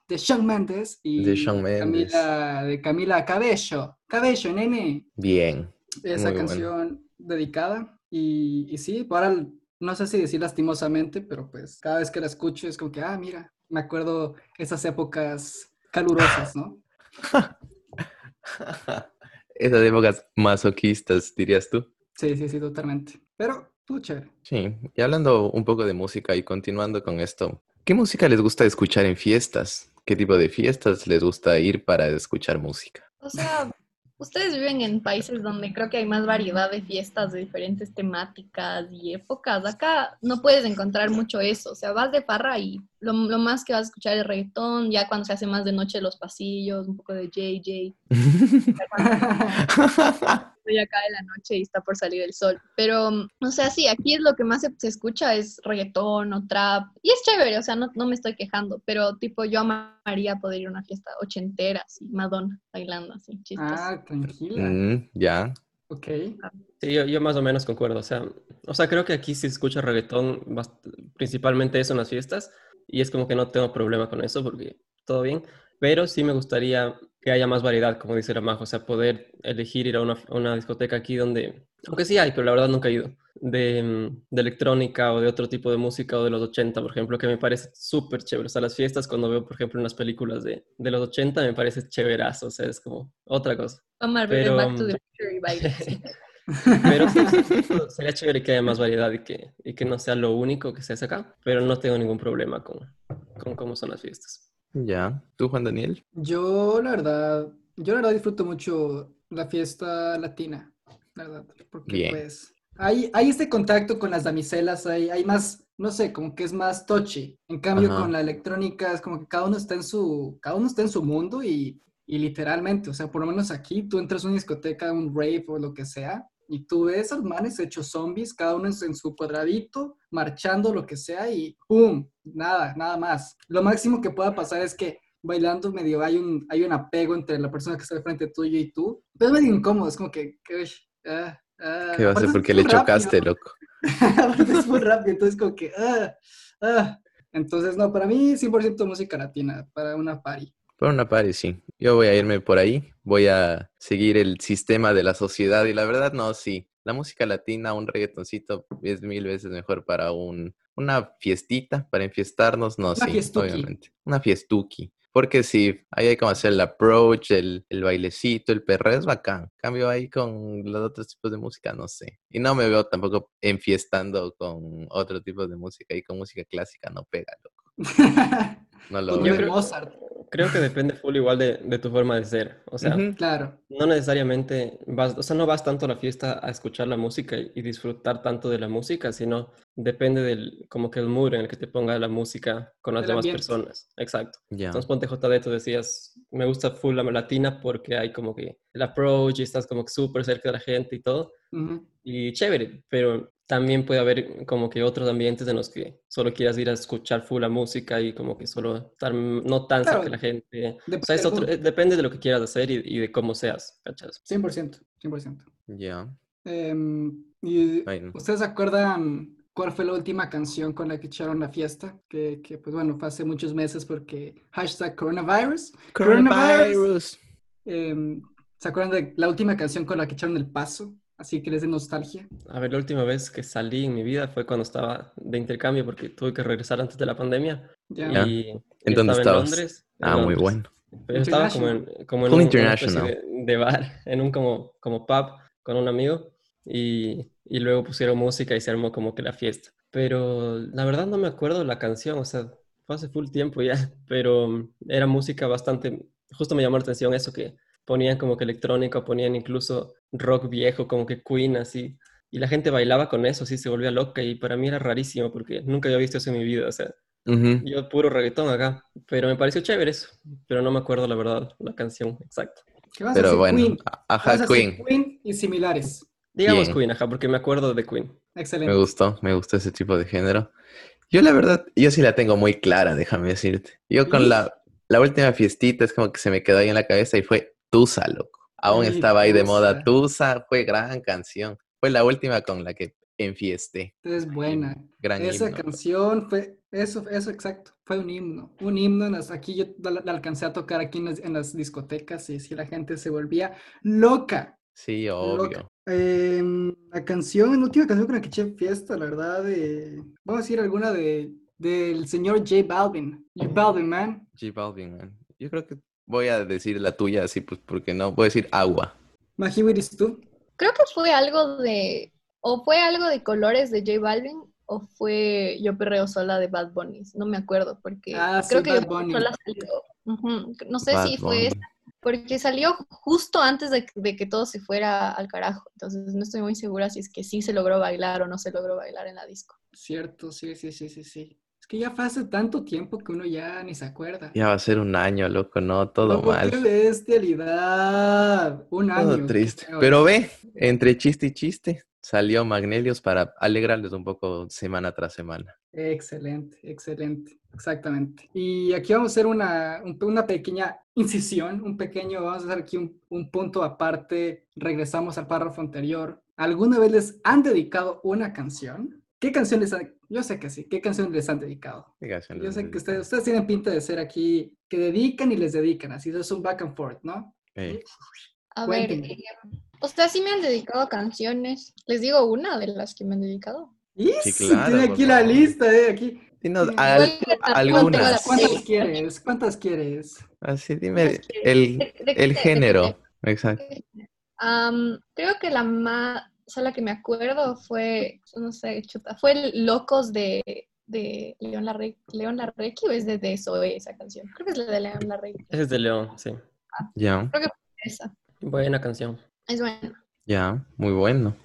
Speaker 2: de Shawn Mendes y
Speaker 1: De Shawn Mendes.
Speaker 2: Camila, de Camila Cabello. Cabello, nene.
Speaker 1: Bien.
Speaker 2: Esa
Speaker 1: Muy bueno.
Speaker 2: canción dedicada. Y, y sí, ahora no sé si decir lastimosamente, pero pues cada vez que la escucho es como que, ah, mira, me acuerdo esas épocas calurosas, ¿no?
Speaker 1: Esas épocas masoquistas, dirías tú.
Speaker 2: Sí, sí, sí, totalmente. Pero, tú, chévere.
Speaker 1: Sí, y hablando un poco de música y continuando con esto, ¿qué música les gusta escuchar en fiestas? ¿Qué tipo de fiestas les gusta ir para escuchar música?
Speaker 5: O sea, ustedes viven en países donde creo que hay más variedad de fiestas de diferentes temáticas y épocas. Acá no puedes encontrar mucho eso. O sea, vas de parra y lo, lo más que vas a escuchar es reggaetón, ya cuando se hace más de noche los pasillos, un poco de JJ. Cuando ya cae la noche y está por salir el sol. Pero, o sea, sí, aquí es lo que más se, se escucha es reggaetón o trap. Y es chévere, o sea, no, no me estoy quejando, pero tipo yo amaría poder ir a una fiesta ochentera, así, Madonna bailando, así, chistoso.
Speaker 2: ah, tranquila.
Speaker 1: Mm, ya.
Speaker 2: Ok.
Speaker 4: Sí, yo, yo más o menos concuerdo. O sea, o sea, creo que aquí se escucha reggaetón, bast- principalmente eso en las fiestas, y es como que no tengo problema con eso porque todo bien. Pero sí me gustaría que haya más variedad, como dice la Majo, o sea, poder elegir ir a una, a una discoteca aquí donde, aunque sí hay, pero la verdad nunca he ido, de, mm, de electrónica o de otro tipo de música o de los 80, por ejemplo, que me parece súper chévere. O sea, las fiestas cuando veo, por ejemplo, en las películas de, de los 80 me parece chéverazo, o sea, es como otra cosa.
Speaker 5: Vamos a ver
Speaker 4: Pero,
Speaker 5: Back to
Speaker 4: um,
Speaker 5: the Future y baile. sí.
Speaker 4: Pero sí, sí, sí, eso sería chévere que haya más variedad y que, y que no sea lo único que se hace acá. Pero no tengo ningún problema con, con cómo son las fiestas.
Speaker 1: Ya. ¿Tú, Juan Daniel?
Speaker 2: Yo, la verdad, yo la verdad disfruto mucho la fiesta latina, la verdad, porque
Speaker 1: Bien.
Speaker 2: pues hay, hay este contacto con las damiselas, hay, hay más, no sé, como que es más touchy. En cambio,
Speaker 1: Ajá.
Speaker 2: con la electrónica es como que cada uno está en su, cada uno está en su mundo y, y literalmente, o sea, por lo menos aquí tú entras a una discoteca, un rave o lo que sea, y tú ves a los manes hechos zombies, cada uno en su- en su cuadradito, marchando, lo que sea, y ¡pum! Nada, nada más. Lo máximo que pueda pasar es que bailando medio hay un, hay un apego entre la persona que está al frente tuyo y tú, pero es medio incómodo, es como que... que, uy, ah, ah.
Speaker 1: ¿Qué va a
Speaker 2: Aparte
Speaker 1: ser?
Speaker 2: es
Speaker 1: Porque
Speaker 2: muy
Speaker 1: le
Speaker 2: rápido,
Speaker 1: chocaste, loco.
Speaker 2: Aparte es muy rápido, entonces como que... ah, ah. Entonces, no, para mí 100% música latina, para una party.
Speaker 1: Por una parte, sí. Yo voy a irme por ahí. Voy a seguir el sistema de la sociedad. Y la verdad, no, sí. La música latina, un reggaetoncito, es mil veces mejor para un, una fiestita, para enfiestarnos, no,
Speaker 2: Una
Speaker 1: sí,
Speaker 2: fiestuki.
Speaker 1: obviamente. Una fiestuki. Porque sí, ahí hay como hacer el approach, el, el bailecito, el perreo es bacán. Cambio ahí con los otros tipos de música, no sé. Y no me veo tampoco enfiestando con otro tipo de música y con música clásica no pega, loco. No lo veo.
Speaker 2: Ponme
Speaker 4: Pues Yo creo-
Speaker 2: Mozart.
Speaker 4: Creo que depende full igual de, de tu forma de ser. O sea,
Speaker 1: Ujú.
Speaker 2: Claro.
Speaker 4: no necesariamente vas, o sea, no vas tanto a la fiesta a escuchar la música y y disfrutar tanto de la música, sino depende del, como que el mood en el que te ponga la música con las
Speaker 2: Del
Speaker 4: demás
Speaker 2: ambiente.
Speaker 4: personas. Exacto.
Speaker 1: Ya.
Speaker 4: Entonces, ponte JD, tú decías, me gusta full la latina porque hay como que el approach y estás como que súper cerca de la gente y todo.
Speaker 2: Ujú.
Speaker 4: Y chévere, pero también puede haber como que otros ambientes en los que solo quieras ir a escuchar full la música y como que solo estar no tan cerca
Speaker 2: Claro.
Speaker 4: de la gente. O
Speaker 2: Depende
Speaker 4: sea, es
Speaker 2: del
Speaker 4: otro-
Speaker 2: mood.
Speaker 4: eh, depende de lo que quieras hacer y, y de cómo seas, ¿cachas?
Speaker 2: 100%, 100%.
Speaker 1: Ya.
Speaker 2: Em, y,
Speaker 1: Ay, no.
Speaker 2: ¿Ustedes se acuerdan cuál fue la última canción con la que echaron la fiesta? Que, que, pues bueno, fue hace muchos meses porque hashtag coronavirus. Coronavirus. Em, ¿Se acuerdan de la última canción con la que echaron el paso? Así que les de nostalgia.
Speaker 4: A ver, la última vez que salí en mi vida fue cuando estaba de intercambio porque tuve que regresar antes de la pandemia.
Speaker 2: Ya.
Speaker 1: Ya.
Speaker 4: Y y
Speaker 1: ¿En dónde
Speaker 4: estaba en
Speaker 1: estabas?
Speaker 4: Londres. en
Speaker 1: Ah, muy
Speaker 4: Londres.
Speaker 1: bueno.
Speaker 4: Pero estaba como en, como en
Speaker 1: Full
Speaker 4: un, como una especie
Speaker 1: international.
Speaker 4: de, de bar, en un como, como pub con un amigo y, y luego pusieron música y se armó como que la fiesta. Pero la verdad no me acuerdo la canción, o sea, fue hace full tiempo ya, pero mm, era música bastante, justo me llamó la atención eso que ponían como que electrónico, ponían incluso rock viejo, como que Queen así. Y la gente bailaba con eso, sí, se volvía loca y para mí era rarísimo porque nunca había visto eso en mi vida, o sea,
Speaker 1: Ujú.
Speaker 4: yo puro reggaetón acá, pero me pareció chévere eso, pero no me acuerdo la verdad la canción exacta.
Speaker 2: ¿Qué vas a
Speaker 1: Pero
Speaker 2: hacer,
Speaker 1: bueno, a-
Speaker 2: Queen? ¿Qué vas a
Speaker 1: ajá,
Speaker 2: hacer,
Speaker 1: Queen.
Speaker 2: Queen y similares.
Speaker 4: Digamos
Speaker 1: Bien.
Speaker 4: Queen, ajá, porque me acuerdo de Queen.
Speaker 1: Me
Speaker 2: Excelente.
Speaker 1: gustó, me gustó ese tipo de género. Yo la verdad, yo sí la tengo muy clara, déjame decirte. Yo con
Speaker 2: ¿Y?
Speaker 1: la, la última fiestita es como que se me quedó ahí en la cabeza y fue Tusa, loco. Aún
Speaker 2: Y
Speaker 1: estaba ahí de moda
Speaker 2: Tusa.
Speaker 1: Tusa, fue gran canción. Fue la última con la que enfiesté.
Speaker 2: Es buena.
Speaker 1: Gran
Speaker 2: Esa
Speaker 1: himno.
Speaker 2: canción fue, eso, eso exacto, fue un himno, un himno, en las- aquí yo la, la alcancé a tocar aquí en las, en las discotecas y sí, la gente se volvía loca,
Speaker 1: Sí,
Speaker 2: loca.
Speaker 1: obvio.
Speaker 2: Em, la canción, la última canción con la que eché fiesta, la verdad, de, vamos a decir alguna de, del señor J Balvin, J Balvin, man,
Speaker 1: J Balvin, man. Yo creo que voy a decir la tuya así, pues porque no, voy a decir agua.
Speaker 2: Mahi Wiris tú,
Speaker 5: Creo que fue algo de, o fue algo de colores de J Balvin, o fue Yo Perreo Sola de Bad Bunny. No me acuerdo, porque
Speaker 2: Ah,
Speaker 5: creo
Speaker 2: sí,
Speaker 5: que
Speaker 2: Bad
Speaker 5: Yo Perreo
Speaker 2: Bunny.
Speaker 5: Sola salió. Ujú, No sé
Speaker 1: Bad
Speaker 5: si fue
Speaker 1: Bunny.
Speaker 5: porque salió justo antes de, de que todo se fuera al carajo. Entonces no estoy muy segura si es que sí se logró bailar o no se logró bailar en la disco.
Speaker 2: cierto, sí, sí, sí, sí, sí, es que ya fue hace tanto tiempo que uno ya ni se acuerda.
Speaker 1: Ya va a ser un año, loco, no, todo
Speaker 2: Loco,
Speaker 1: mal.
Speaker 2: ¡Qué bestialidad! Un año.
Speaker 1: Todo
Speaker 2: qué
Speaker 1: triste.
Speaker 2: feo.
Speaker 1: Pero ve, entre chiste y chiste, salió Magnelios para alegrarles un poco semana tras semana.
Speaker 2: Excelente, excelente, exactamente. Y aquí vamos a hacer una, un- una pequeña incisión, un pequeño, vamos a hacer aquí un, un punto aparte, regresamos al párrafo anterior. ¿Alguna vez les han dedicado una canción? ¿Qué canción les han, yo sé que sí, ¿qué canción les han dedicado? Yo sé que ustedes, ustedes tienen pinta de ser aquí, que dedican y les dedican, así es un back and forth, ¿no?
Speaker 1: Ey,
Speaker 5: A
Speaker 2: Cuéntenme.
Speaker 5: ver, eh, o sea, sí me han dedicado canciones. Les digo una de las que me han dedicado.
Speaker 2: Y
Speaker 1: Sí,
Speaker 2: sí,
Speaker 1: claro,
Speaker 2: tiene
Speaker 1: por
Speaker 2: aquí la
Speaker 1: favor.
Speaker 2: lista, eh, aquí.
Speaker 1: dinos
Speaker 2: Igual
Speaker 1: al-
Speaker 5: que tampoco tengo
Speaker 1: algunas.
Speaker 5: las-
Speaker 2: ¿Cuántas
Speaker 5: Sí.
Speaker 2: quieres? ¿Cuántas quieres?
Speaker 1: Así dime
Speaker 5: Es que-
Speaker 1: el,
Speaker 5: ¿De- de qué- de
Speaker 1: el
Speaker 5: qué
Speaker 1: género. Exacto.
Speaker 5: Am, creo que la más, o sea, la que me acuerdo fue, no sé, chuta, fue el Locos de, de León Larre- León Larrequi, o es de, de Zoe esa canción. Creo que es la de León Larrequi,
Speaker 4: Ese es de León, sí.
Speaker 1: Ya,
Speaker 5: esa.
Speaker 4: Buena canción.
Speaker 5: Es buena.
Speaker 1: ya, muy bueno.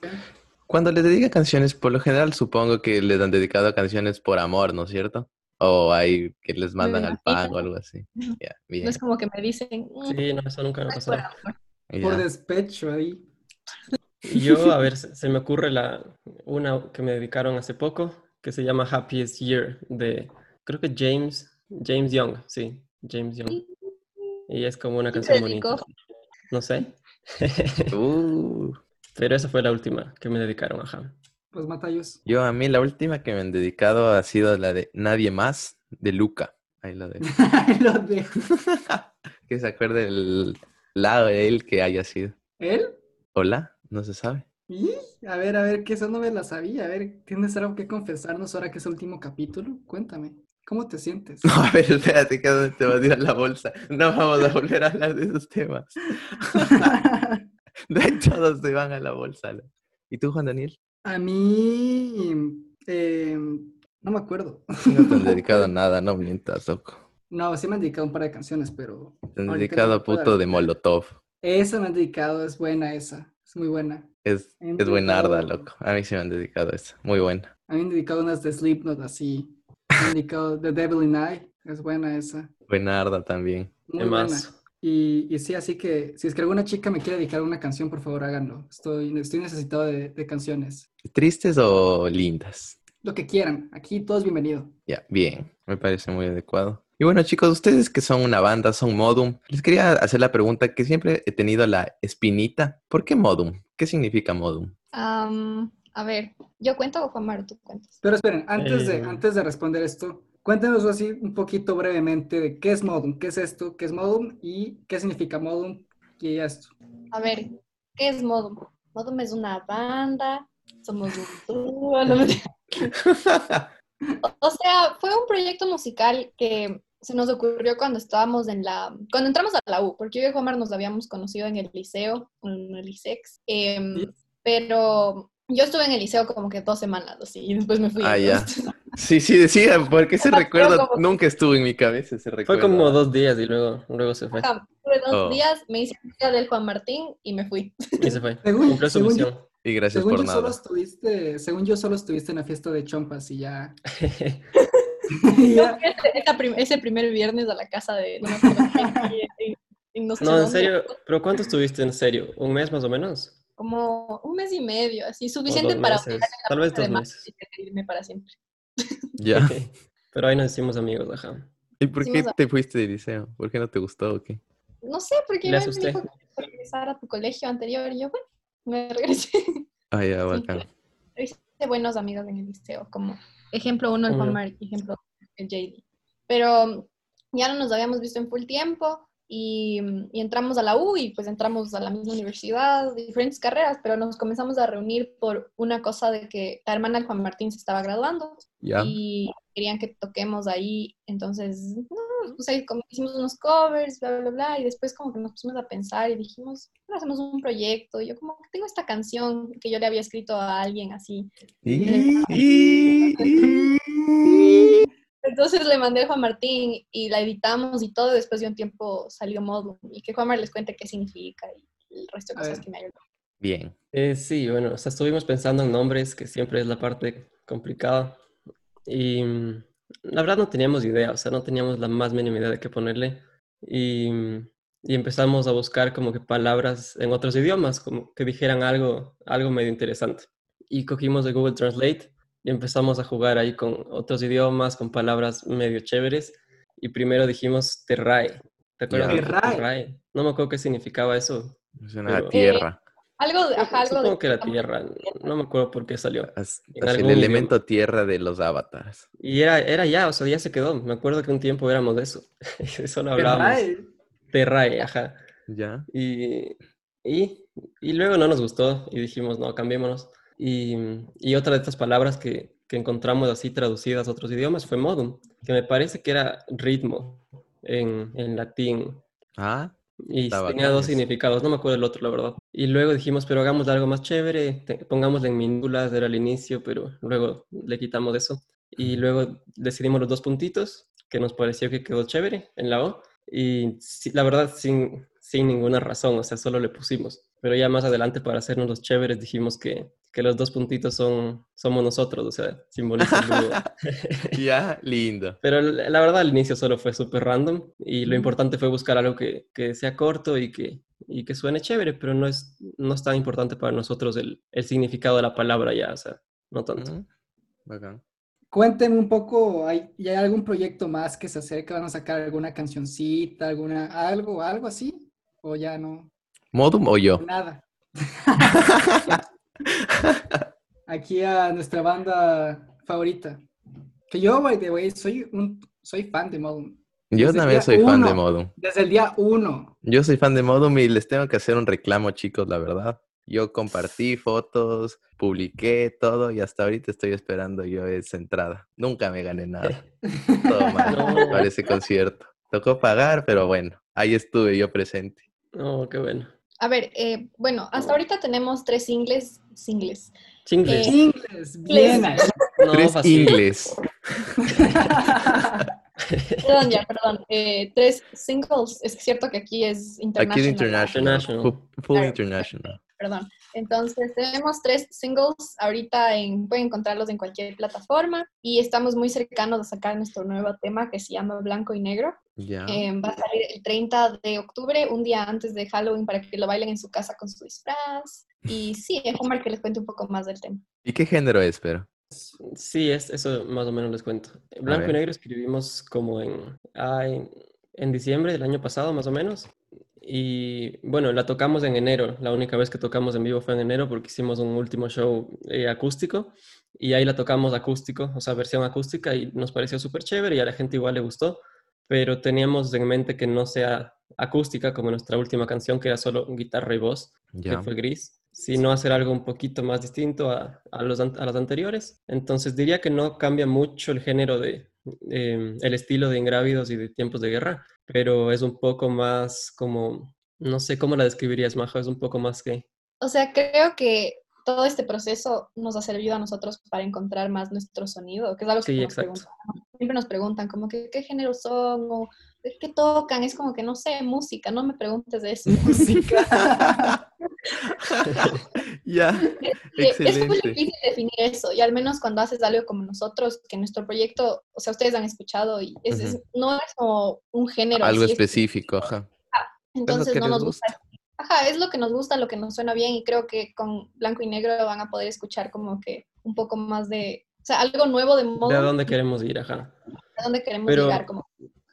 Speaker 1: Cuando les dedican canciones, por lo general supongo que les han dedicado canciones por amor, ¿no es cierto? O hay que les mandan al pan o
Speaker 5: imagino.
Speaker 1: algo así. Ya,
Speaker 5: No
Speaker 1: bien.
Speaker 5: es como que me dicen, "Mm,
Speaker 4: Sí, no, eso nunca me ha
Speaker 5: es por
Speaker 4: pasado.
Speaker 5: amor".
Speaker 1: ya.
Speaker 2: Por despecho ahí.
Speaker 4: Y Yo, a ver, se, se me ocurre la, una que me dedicaron hace poco, que se llama Happiest Year, de, creo que James, James Young, sí, James Young. Y es como una
Speaker 5: ¿Quién te
Speaker 4: canción bonita.
Speaker 5: dedicó?
Speaker 4: No sé,
Speaker 1: Uh.
Speaker 4: pero esa fue la última que me dedicaron, ajá.
Speaker 2: Los pues, matayos.
Speaker 1: Yo a mí la última que me han dedicado ha sido la de Nadie Más de Luca. Ahí lo dejo.
Speaker 2: Lo dejo.
Speaker 1: que se acuerde el lado de él que haya sido.
Speaker 2: ¿Él?
Speaker 1: Hola, no se sabe.
Speaker 2: Y a ver, a ver, que eso no me la sabía. A ver, ¿tienes algo que confesarnos ahora que es el último capítulo? Cuéntame. ¿Cómo te sientes?
Speaker 1: No, a ver, espérate, que dónde te vas a ir a la bolsa. No vamos a volver a hablar de esos temas. De ahí todos se van a la bolsa. ¿no? ¿Y tú, Juan Daniel?
Speaker 2: A mí, eh, no me acuerdo.
Speaker 1: No te han dedicado a nada, no mientas, loco.
Speaker 2: No, sí me han dedicado un par de canciones, pero...
Speaker 1: Te han
Speaker 2: ahorita no
Speaker 1: dedicado
Speaker 2: me
Speaker 1: a
Speaker 2: acuerdo.
Speaker 1: puto de Molotov.
Speaker 2: Esa me han dedicado, es buena esa, es muy buena.
Speaker 1: Es,
Speaker 2: Me han
Speaker 1: es buenarda,
Speaker 2: dedicado-
Speaker 1: loco. A mí sí me han dedicado esa. Muy buena.
Speaker 2: A mí me han dedicado unas de Slipknot así. Me han dedicado The Devil in I, es buena esa.
Speaker 1: Buenarda también.
Speaker 2: Muy buena.
Speaker 4: más?
Speaker 2: Y, y sí, así que si es que alguna chica me quiere dedicar una canción, por favor háganlo. Estoy, estoy necesitado de, de canciones.
Speaker 1: ¿Tristes o lindas?
Speaker 2: Lo que quieran, aquí todo es bienvenido.
Speaker 1: Ya, bien, me parece muy adecuado. Y bueno, chicos, ustedes que son una banda, son Modum, les quería hacer la pregunta que siempre he tenido la espinita. ¿Por qué Modum? ¿Qué significa Modum?
Speaker 5: Am, a ver, ¿yo cuento o Juan Maro tú cuentas?
Speaker 2: Pero esperen, antes de,
Speaker 4: Eh.
Speaker 2: antes de responder esto, cuéntenos así un poquito brevemente de qué es Modum, qué es esto, qué es Modum y qué significa Modum y esto.
Speaker 5: A ver, ¿qué es Modum? Modum es una banda, somos un dúo, no me- O sea, fue un proyecto musical que se nos ocurrió cuando estábamos en la, cuando entramos a la U, porque yo y Omar nos habíamos conocido en el liceo, en el ISEX, em,
Speaker 2: Sí.
Speaker 5: pero yo estuve en el liceo como que dos semanas, así, y después me fui.
Speaker 1: Ah, ya.
Speaker 5: entonces,
Speaker 1: Sí, sí, decían, porque ese
Speaker 5: Fue
Speaker 1: recuerdo
Speaker 5: como-
Speaker 1: nunca estuvo en mi cabeza, ese recuerdo.
Speaker 4: Fue como dos días y luego, luego se fue.
Speaker 5: ajá, Tuve dos
Speaker 1: Oh.
Speaker 5: días, me hice amiga del Juan Martín y me fui.
Speaker 4: Y se fue.
Speaker 2: Según-
Speaker 4: Cumplió su
Speaker 2: según
Speaker 4: misión.
Speaker 1: Y gracias
Speaker 2: Según
Speaker 1: por
Speaker 2: yo, solo
Speaker 1: nada.
Speaker 2: estuviste, según yo solo estuviste en la fiesta de Chompas y ya. y
Speaker 5: Yo
Speaker 2: ya.
Speaker 5: fui ese, esa prim- ese primer viernes a la casa de... no me acuerdo quién, y- y- y sé
Speaker 4: No, en
Speaker 5: dónde,
Speaker 4: serio. ¿Pero cuánto estuviste en serio? ¿Un mes más o menos?
Speaker 5: Como un mes y medio, así,
Speaker 4: ¿O
Speaker 5: suficiente
Speaker 4: dos
Speaker 5: para
Speaker 4: meses? Tal vez dos
Speaker 5: además,
Speaker 4: meses.
Speaker 5: y irme para siempre.
Speaker 1: Ya.
Speaker 4: Pero ahí nos hicimos amigos, ajá.
Speaker 1: ¿Y por qué
Speaker 5: Hicimos-
Speaker 1: te fuiste del liceo? ¿Por qué no te gustó o qué?
Speaker 5: No sé, porque
Speaker 4: Me
Speaker 5: Iván me
Speaker 4: asusté.
Speaker 5: dijo que regresar a tu colegio anterior y yo, bueno, me regresé.
Speaker 1: Ah, ya, bacán.
Speaker 5: Hice buenos amigos en el liceo, como ejemplo uno el Juan
Speaker 4: Ujú.
Speaker 5: Mari, ejemplo el JD. Pero ya no nos habíamos visto en full tiempo y, y entramos a la U y pues entramos a la misma universidad, diferentes carreras, pero nos comenzamos a reunir por una cosa de que la hermana del Juan Martín se estaba graduando
Speaker 1: Ya.
Speaker 5: y querían que toquemos ahí, entonces, no, o sea, como que hicimos unos covers, bla, bla, bla, y después como que nos pusimos a pensar y dijimos, bueno, hacemos un proyecto, y yo como que tengo esta canción que yo le había escrito a alguien así,
Speaker 1: Y- y- y- y-
Speaker 5: entonces le mandé a Juan Martín y la editamos y todo, y después de un tiempo salió Modum, y que Juan Mar les cuente qué significa y el resto de
Speaker 2: A
Speaker 5: cosas
Speaker 2: ver.
Speaker 5: que me ayudó.
Speaker 1: Bien.
Speaker 4: Eh, sí, bueno, o sea, estuvimos pensando en nombres, que siempre es la parte complicada. Y mm, la verdad no teníamos idea, o sea, no teníamos la más mínima idea de qué ponerle. Y, mm, y empezamos a buscar como que palabras en otros idiomas, como que dijeran algo, algo medio interesante. Y cogimos de Google Translate y empezamos a jugar ahí con otros idiomas, con palabras medio chéveres. Y primero dijimos Terrae. ¿Te acuerdas?
Speaker 1: Ya.
Speaker 4: de
Speaker 2: Terrae.
Speaker 4: Terrae? No me acuerdo qué significaba eso.
Speaker 1: Es una
Speaker 4: Pero-
Speaker 1: tierra.
Speaker 5: Algo de, ajá, algo
Speaker 4: Supongo
Speaker 5: de,
Speaker 4: que la Tierra, no me acuerdo por qué salió.
Speaker 1: Haz-
Speaker 4: En
Speaker 1: haz el
Speaker 4: algún
Speaker 1: elemento tierra de los avatars.
Speaker 4: Y era, era ya, o sea, ya se quedó. Me acuerdo que un tiempo éramos de eso. De eso no hablábamos.
Speaker 2: Ay,
Speaker 4: Terrae, ajá.
Speaker 1: ¿Ya?
Speaker 4: Y, y, y luego no nos gustó y dijimos, no, cambiémonos. Y, y otra de estas palabras que, que encontramos así traducidas a otros idiomas fue modum, que me parece que era ritmo en, en latín.
Speaker 1: Ah,
Speaker 4: Y
Speaker 1: Está
Speaker 4: tenía
Speaker 1: bacán
Speaker 4: dos
Speaker 1: eso.
Speaker 4: significados, no me acuerdo el otro, la verdad. Y luego dijimos, pero hagamos algo más chévere, te- pongámosle en minúsculas, era el inicio, pero luego le quitamos eso. Y luego decidimos los dos puntitos, que nos pareció que quedó chévere en la O. Y sí, la verdad, sin, sin ninguna razón, o sea, solo le pusimos. Pero ya más adelante, para hacernos los chéveres, dijimos que, que los dos puntitos son, somos nosotros, o sea, simbolizan algo.
Speaker 1: ya, lindo.
Speaker 4: Pero la la verdad al inicio solo fue súper random y lo importante fue buscar algo que, que sea corto y que, y que suene chévere, pero no es, no es tan importante para nosotros el, el significado de la palabra ya, o sea, no tanto.
Speaker 1: Ujú, Bacán.
Speaker 2: Cuéntenme un poco, ¿hay, ¿y hay algún proyecto más que se acerca? ¿Van a sacar alguna cancioncita, alguna, algo, algo así? ¿O ya no?
Speaker 1: ¿Modum o yo?
Speaker 2: Nada. Aquí a nuestra banda favorita. Que yo, by the way, soy, un, soy fan de Modum.
Speaker 1: Yo
Speaker 2: Desde
Speaker 1: también
Speaker 2: día
Speaker 1: soy fan de
Speaker 2: uno.
Speaker 1: Modum.
Speaker 2: Desde el día uno.
Speaker 1: Yo soy fan de Modum y les tengo que hacer un reclamo, chicos, la verdad. Yo compartí fotos, publiqué todo y hasta ahorita estoy esperando yo esa entrada. Nunca me gané nada. Todo mal
Speaker 4: No.
Speaker 1: para ese concierto. Tocó pagar, pero bueno, ahí estuve yo presente.
Speaker 4: No, qué bueno.
Speaker 5: A ver, eh, bueno, hasta ahorita tenemos tres singles, singles.
Speaker 4: Chingles.
Speaker 5: Eh,
Speaker 2: Inglés, bien ahí.
Speaker 4: no,
Speaker 1: Tres
Speaker 4: fácil.
Speaker 1: ingles.
Speaker 5: Perdón, ya, perdón. eh, tres singles. Es cierto que aquí es internacional.
Speaker 1: Aquí es international.
Speaker 4: International.
Speaker 1: Full, full
Speaker 5: Claro.
Speaker 1: international.
Speaker 5: Perdón. Entonces, tenemos tres singles ahorita. En, pueden encontrarlos en cualquier plataforma. Y estamos muy cercanos a sacar nuestro nuevo tema que se llama Blanco y Negro.
Speaker 1: Ya.
Speaker 5: Eh, va a salir el 30 de octubre, un día antes de Halloween, para que lo bailen en su casa con su disfraz. Y sí, es Omar que les cuente un poco más del tema.
Speaker 1: ¿Y qué género es, pero?
Speaker 4: Sí, es, eso más o menos les cuento. Blanco y
Speaker 1: ver.
Speaker 4: negro escribimos como en, ah, en, en diciembre del año pasado, más o menos. Y bueno, la tocamos en enero. La única vez que tocamos en vivo fue en enero porque hicimos un último show eh, acústico. Y ahí la tocamos acústico, o sea, versión acústica. Y nos pareció súper chévere y a la gente igual le gustó. Pero teníamos en mente que no sea acústica como nuestra última canción, que era solo guitarra y voz
Speaker 1: Ya.
Speaker 4: que fue gris, sino hacer algo un poquito más distinto a, a los, an- a las anteriores. Entonces diría que no cambia mucho el género de, eh, el estilo de Ingrávidos y de Tiempos de Guerra, pero es un poco más como, no sé cómo la describirías, Majo, es un poco más que...
Speaker 5: O sea, creo que todo este proceso nos ha servido a nosotros para encontrar más nuestro sonido, que es algo que
Speaker 4: Sí,
Speaker 5: nos
Speaker 4: exacto.
Speaker 5: preguntan. siempre nos preguntan, como que qué género son o qué qué tocan, es como que no sé, música, no me preguntes de eso.
Speaker 2: Música.
Speaker 1: Ya.
Speaker 5: Eh, Es muy
Speaker 1: Excelente.
Speaker 5: difícil definir eso, y al menos cuando haces algo como nosotros, que nuestro proyecto, o sea, ustedes han escuchado, y es- es-
Speaker 1: Ujú.
Speaker 5: no es como un género.
Speaker 1: Algo
Speaker 5: así, es-
Speaker 1: específico, ajá. Es lo
Speaker 5: Entonces
Speaker 1: que
Speaker 5: no
Speaker 1: les
Speaker 5: nos gusta. Ajá, es lo que nos gusta, lo que nos suena bien, y creo que con blanco y negro van a poder escuchar como que un poco más de, o sea, algo nuevo de modo
Speaker 4: ¿De a dónde queremos ir? Ajá.
Speaker 5: a dónde queremos
Speaker 4: Pero-
Speaker 5: llegar. Como,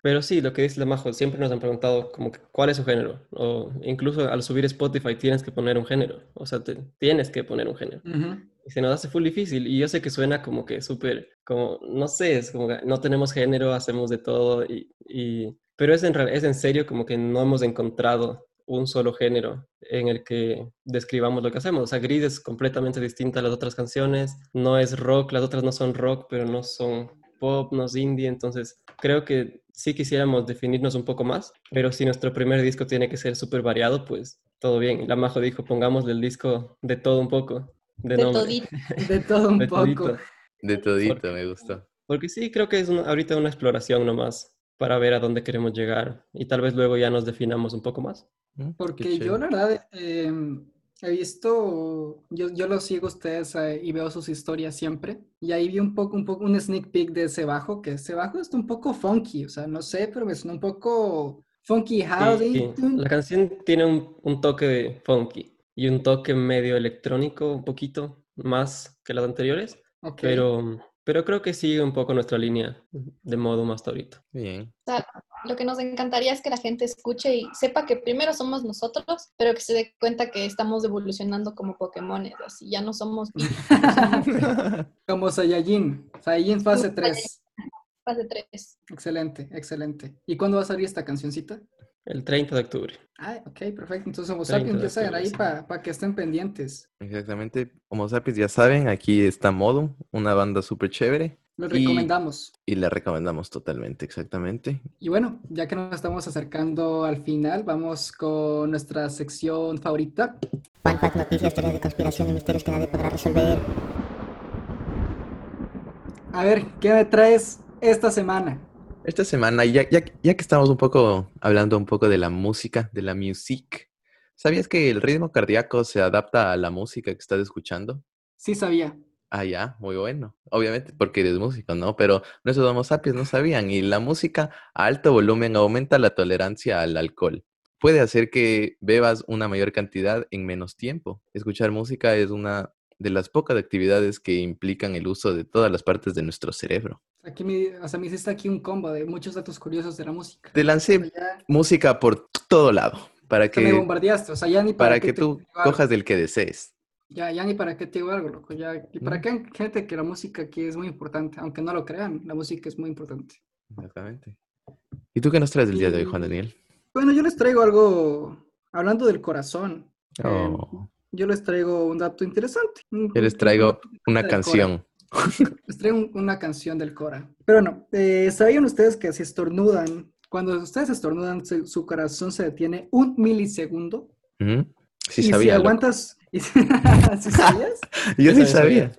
Speaker 4: Pero sí, lo que dice la Majo, siempre nos han preguntado como que, cuál es su género. O incluso al subir Spotify tienes que poner un género. O sea, te- tienes que poner un género.
Speaker 2: Ujú.
Speaker 4: Y se nos hace full difícil. Y yo sé que suena como que súper, como, no sé, es como que no tenemos género, hacemos de todo. Y, y- pero es en, real- es en serio como que no hemos encontrado un solo género en el que describamos lo que hacemos. O sea, Gris es completamente distinta a las otras canciones. No es rock, las otras no son rock, pero no son pop, no es indie. Entonces, creo que sí quisiéramos definirnos un poco más. Pero si nuestro primer disco tiene que ser súper variado, pues todo bien. La Majo dijo, pongámosle el disco de todo un poco. De,
Speaker 5: de
Speaker 4: nombre.
Speaker 5: todito.
Speaker 2: De todo un
Speaker 4: De
Speaker 2: poco.
Speaker 4: todito.
Speaker 1: De todito, me gustó.
Speaker 4: Porque sí, creo que es un- ahorita una exploración nomás para ver a dónde queremos llegar y tal vez luego ya nos definamos un poco más.
Speaker 1: Mm, qué
Speaker 2: Porque yo,
Speaker 1: chévere.
Speaker 2: la verdad, eh, he visto, yo, yo los sigo a ustedes eh, y veo sus historias siempre. Y ahí vi un poco, un poco, un sneak peek de ese bajo, que ese bajo está un poco funky, o sea, no sé, pero me suena un poco funky house.
Speaker 4: Sí, sí. La canción tiene un, un toque de funky y un toque medio electrónico, un poquito más que las anteriores,
Speaker 2: Ok.
Speaker 4: pero, pero creo que sigue un poco nuestra línea de modo más ahorita.
Speaker 1: Bien.
Speaker 5: Lo que nos encantaría es que la gente escuche y sepa que primero somos nosotros, pero que se dé cuenta que estamos evolucionando como Pokémones, así ya no somos
Speaker 2: Como Saiyajin, Saiyajin fase 3.
Speaker 5: fase 3.
Speaker 2: Excelente, excelente. ¿Y cuándo va a salir esta cancioncita?
Speaker 4: El 30 de octubre.
Speaker 2: Ah, ok, perfecto. Entonces, Homo
Speaker 4: 30
Speaker 2: Sapiens,
Speaker 4: de
Speaker 2: ya saben,
Speaker 4: octubre,
Speaker 2: ahí
Speaker 4: sí.
Speaker 2: para que estén pendientes.
Speaker 1: Exactamente. Homo sapiens, ya saben, aquí está Modum, una banda súper chévere.
Speaker 2: Los
Speaker 1: Y-
Speaker 2: recomendamos.
Speaker 1: Y la recomendamos totalmente, exactamente.
Speaker 2: Y bueno, ya que nos estamos acercando al final, vamos con nuestra sección favorita.
Speaker 3: Fun fact, noticias, teorías de conspiración y misterios que nadie podrá resolver.
Speaker 2: A ver, ¿qué me traes esta semana?
Speaker 1: Esta semana, ya, ya, ya que estamos un poco hablando un poco de la música, de la music, ¿sabías que el ritmo cardíaco se adapta a la música que estás escuchando?
Speaker 2: Sí sabía.
Speaker 1: Ah, ya, muy bueno. Obviamente, porque eres músico, ¿no? Pero nuestros homo sapiens no sabían. Y la música a alto volumen aumenta la tolerancia al alcohol. Puede hacer que bebas una mayor cantidad en menos tiempo. Escuchar música es una de las pocas actividades que implican el uso de todas las partes de nuestro cerebro.
Speaker 2: Aquí me, o sea, me hiciste aquí un combo de muchos datos curiosos de la música.
Speaker 1: Te
Speaker 2: O
Speaker 1: lancé
Speaker 2: sea, ya-
Speaker 1: música por todo lado para
Speaker 2: o sea, me
Speaker 1: que,
Speaker 2: bombardeaste, o sea, ya ni para,
Speaker 1: para
Speaker 2: qué
Speaker 1: que
Speaker 2: te
Speaker 1: tú
Speaker 2: digo algo.
Speaker 1: cojas del que desees.
Speaker 2: Ya, ya ni para qué te digo algo, loco. Ya, y para
Speaker 1: Mm.
Speaker 2: qué gente que la música aquí es muy importante, aunque no lo crean, la música es muy importante.
Speaker 1: Exactamente. ¿Y tú qué nos traes el día de hoy, Juan
Speaker 2: Y-
Speaker 1: Daniel?
Speaker 2: Bueno, yo les traigo algo hablando del corazón. Eh,
Speaker 1: Oh,
Speaker 2: yo les traigo un dato interesante. Un-
Speaker 1: Yo les traigo una
Speaker 2: Cora.
Speaker 1: canción.
Speaker 2: Les traigo un- una canción del Cora. Pero bueno, eh, ¿sabían ustedes que si estornudan, cuando ustedes estornudan, se- su corazón se detiene un milisegundo?
Speaker 1: Ujú. Sí
Speaker 2: y si
Speaker 1: sabía. loco.
Speaker 2: aguantas... y si- ¿Sí sabías?
Speaker 1: Yo sí
Speaker 4: Yo también
Speaker 1: sabía.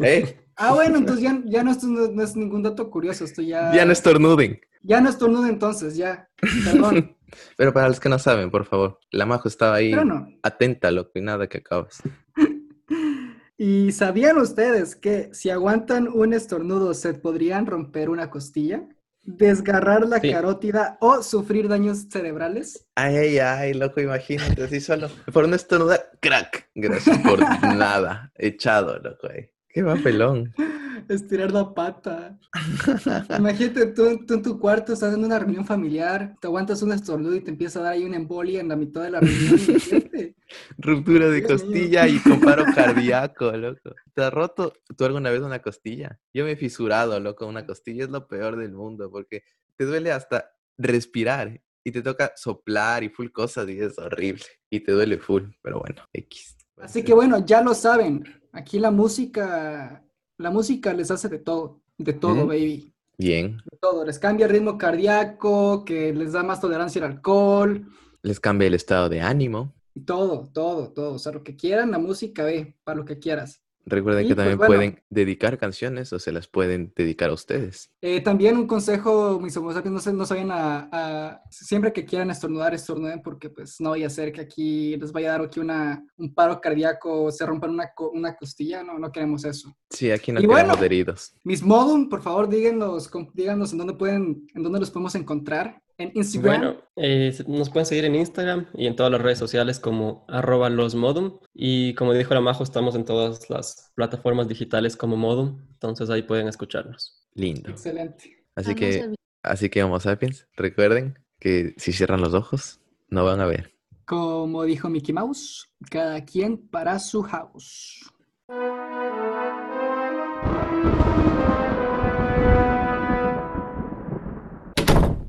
Speaker 1: Eh,
Speaker 2: Ah, bueno, entonces ya, ya no, esto no, no es ningún dato curioso. Esto ya...
Speaker 1: ya no estornuden.
Speaker 2: Ya no estornudo entonces, ya. Perdón.
Speaker 1: Pero para los que no saben, por favor, la Majo estaba ahí
Speaker 2: Pero no.
Speaker 1: atenta, loco, y nada que acabas.
Speaker 2: ¿Y sabían ustedes que si aguantan un estornudo se podrían romper una costilla, desgarrar la
Speaker 4: Sí.
Speaker 2: carótida o sufrir daños cerebrales?
Speaker 1: Ay, ay, ay, loco, imagínate, así solo. Por no estornudar, crack. Gracias por nada. Echado, loco, ahí. Qué papelón.
Speaker 2: Estirar la pata. Imagínate tú, tú en tu cuarto estás en una reunión familiar, te aguantas un estornudo y te empieza a dar ahí una embolia en la mitad de la reunión. imagínate.
Speaker 1: Ruptura de
Speaker 2: Dios mío.
Speaker 1: costilla y con paro cardíaco, loco. ¿Te has roto tú alguna vez una costilla? Yo me he fisurado, loco, una costilla es lo peor del mundo porque te duele hasta respirar y te toca soplar y full cosas y es horrible y te duele full, pero bueno, X.
Speaker 2: Así que bueno, ya lo saben. Aquí la música, la música les hace de todo, de todo,
Speaker 1: Ujú.
Speaker 2: baby.
Speaker 1: Bien,
Speaker 2: todo, les cambia el ritmo cardíaco, que les da más tolerancia al alcohol,
Speaker 1: les cambia el estado de ánimo.
Speaker 2: y todo, todo, todo. O sea, lo que quieran, la música ve, para lo que quieras.
Speaker 1: Recuerden
Speaker 2: Y,
Speaker 1: que
Speaker 2: pues,
Speaker 1: también
Speaker 2: bueno.
Speaker 1: pueden dedicar canciones o se las pueden dedicar a ustedes.
Speaker 2: Eh, también un consejo, mis homo sapiens, no, se, no se vayan a, a- Siempre que quieran estornudar, estornuden, porque pues no vaya a ser que aquí les vaya a dar aquí una, un paro cardíaco, se rompan una, co- una costilla, no, no queremos eso.
Speaker 1: Sí, aquí no
Speaker 2: Y
Speaker 1: queremos
Speaker 2: bueno.
Speaker 1: heridos.
Speaker 2: Mis modum, por favor, díganos, com- díganos en dónde pueden, en dónde los podemos encontrar. En Instagram.
Speaker 4: Bueno, eh, se- nos pueden seguir en Instagram y en todas las redes sociales como arroba losmodum. Y como dijo la Majo, estamos en todas las plataformas digitales como Modum. Entonces ahí pueden escucharnos.
Speaker 1: Lindo.
Speaker 2: Excelente.
Speaker 1: Así
Speaker 5: Ah, no
Speaker 1: que,
Speaker 5: sabía.
Speaker 1: así que Homo sapiens, recuerden que si cierran los ojos, no van a ver.
Speaker 2: Como dijo Mickey Mouse, cada quien para su house.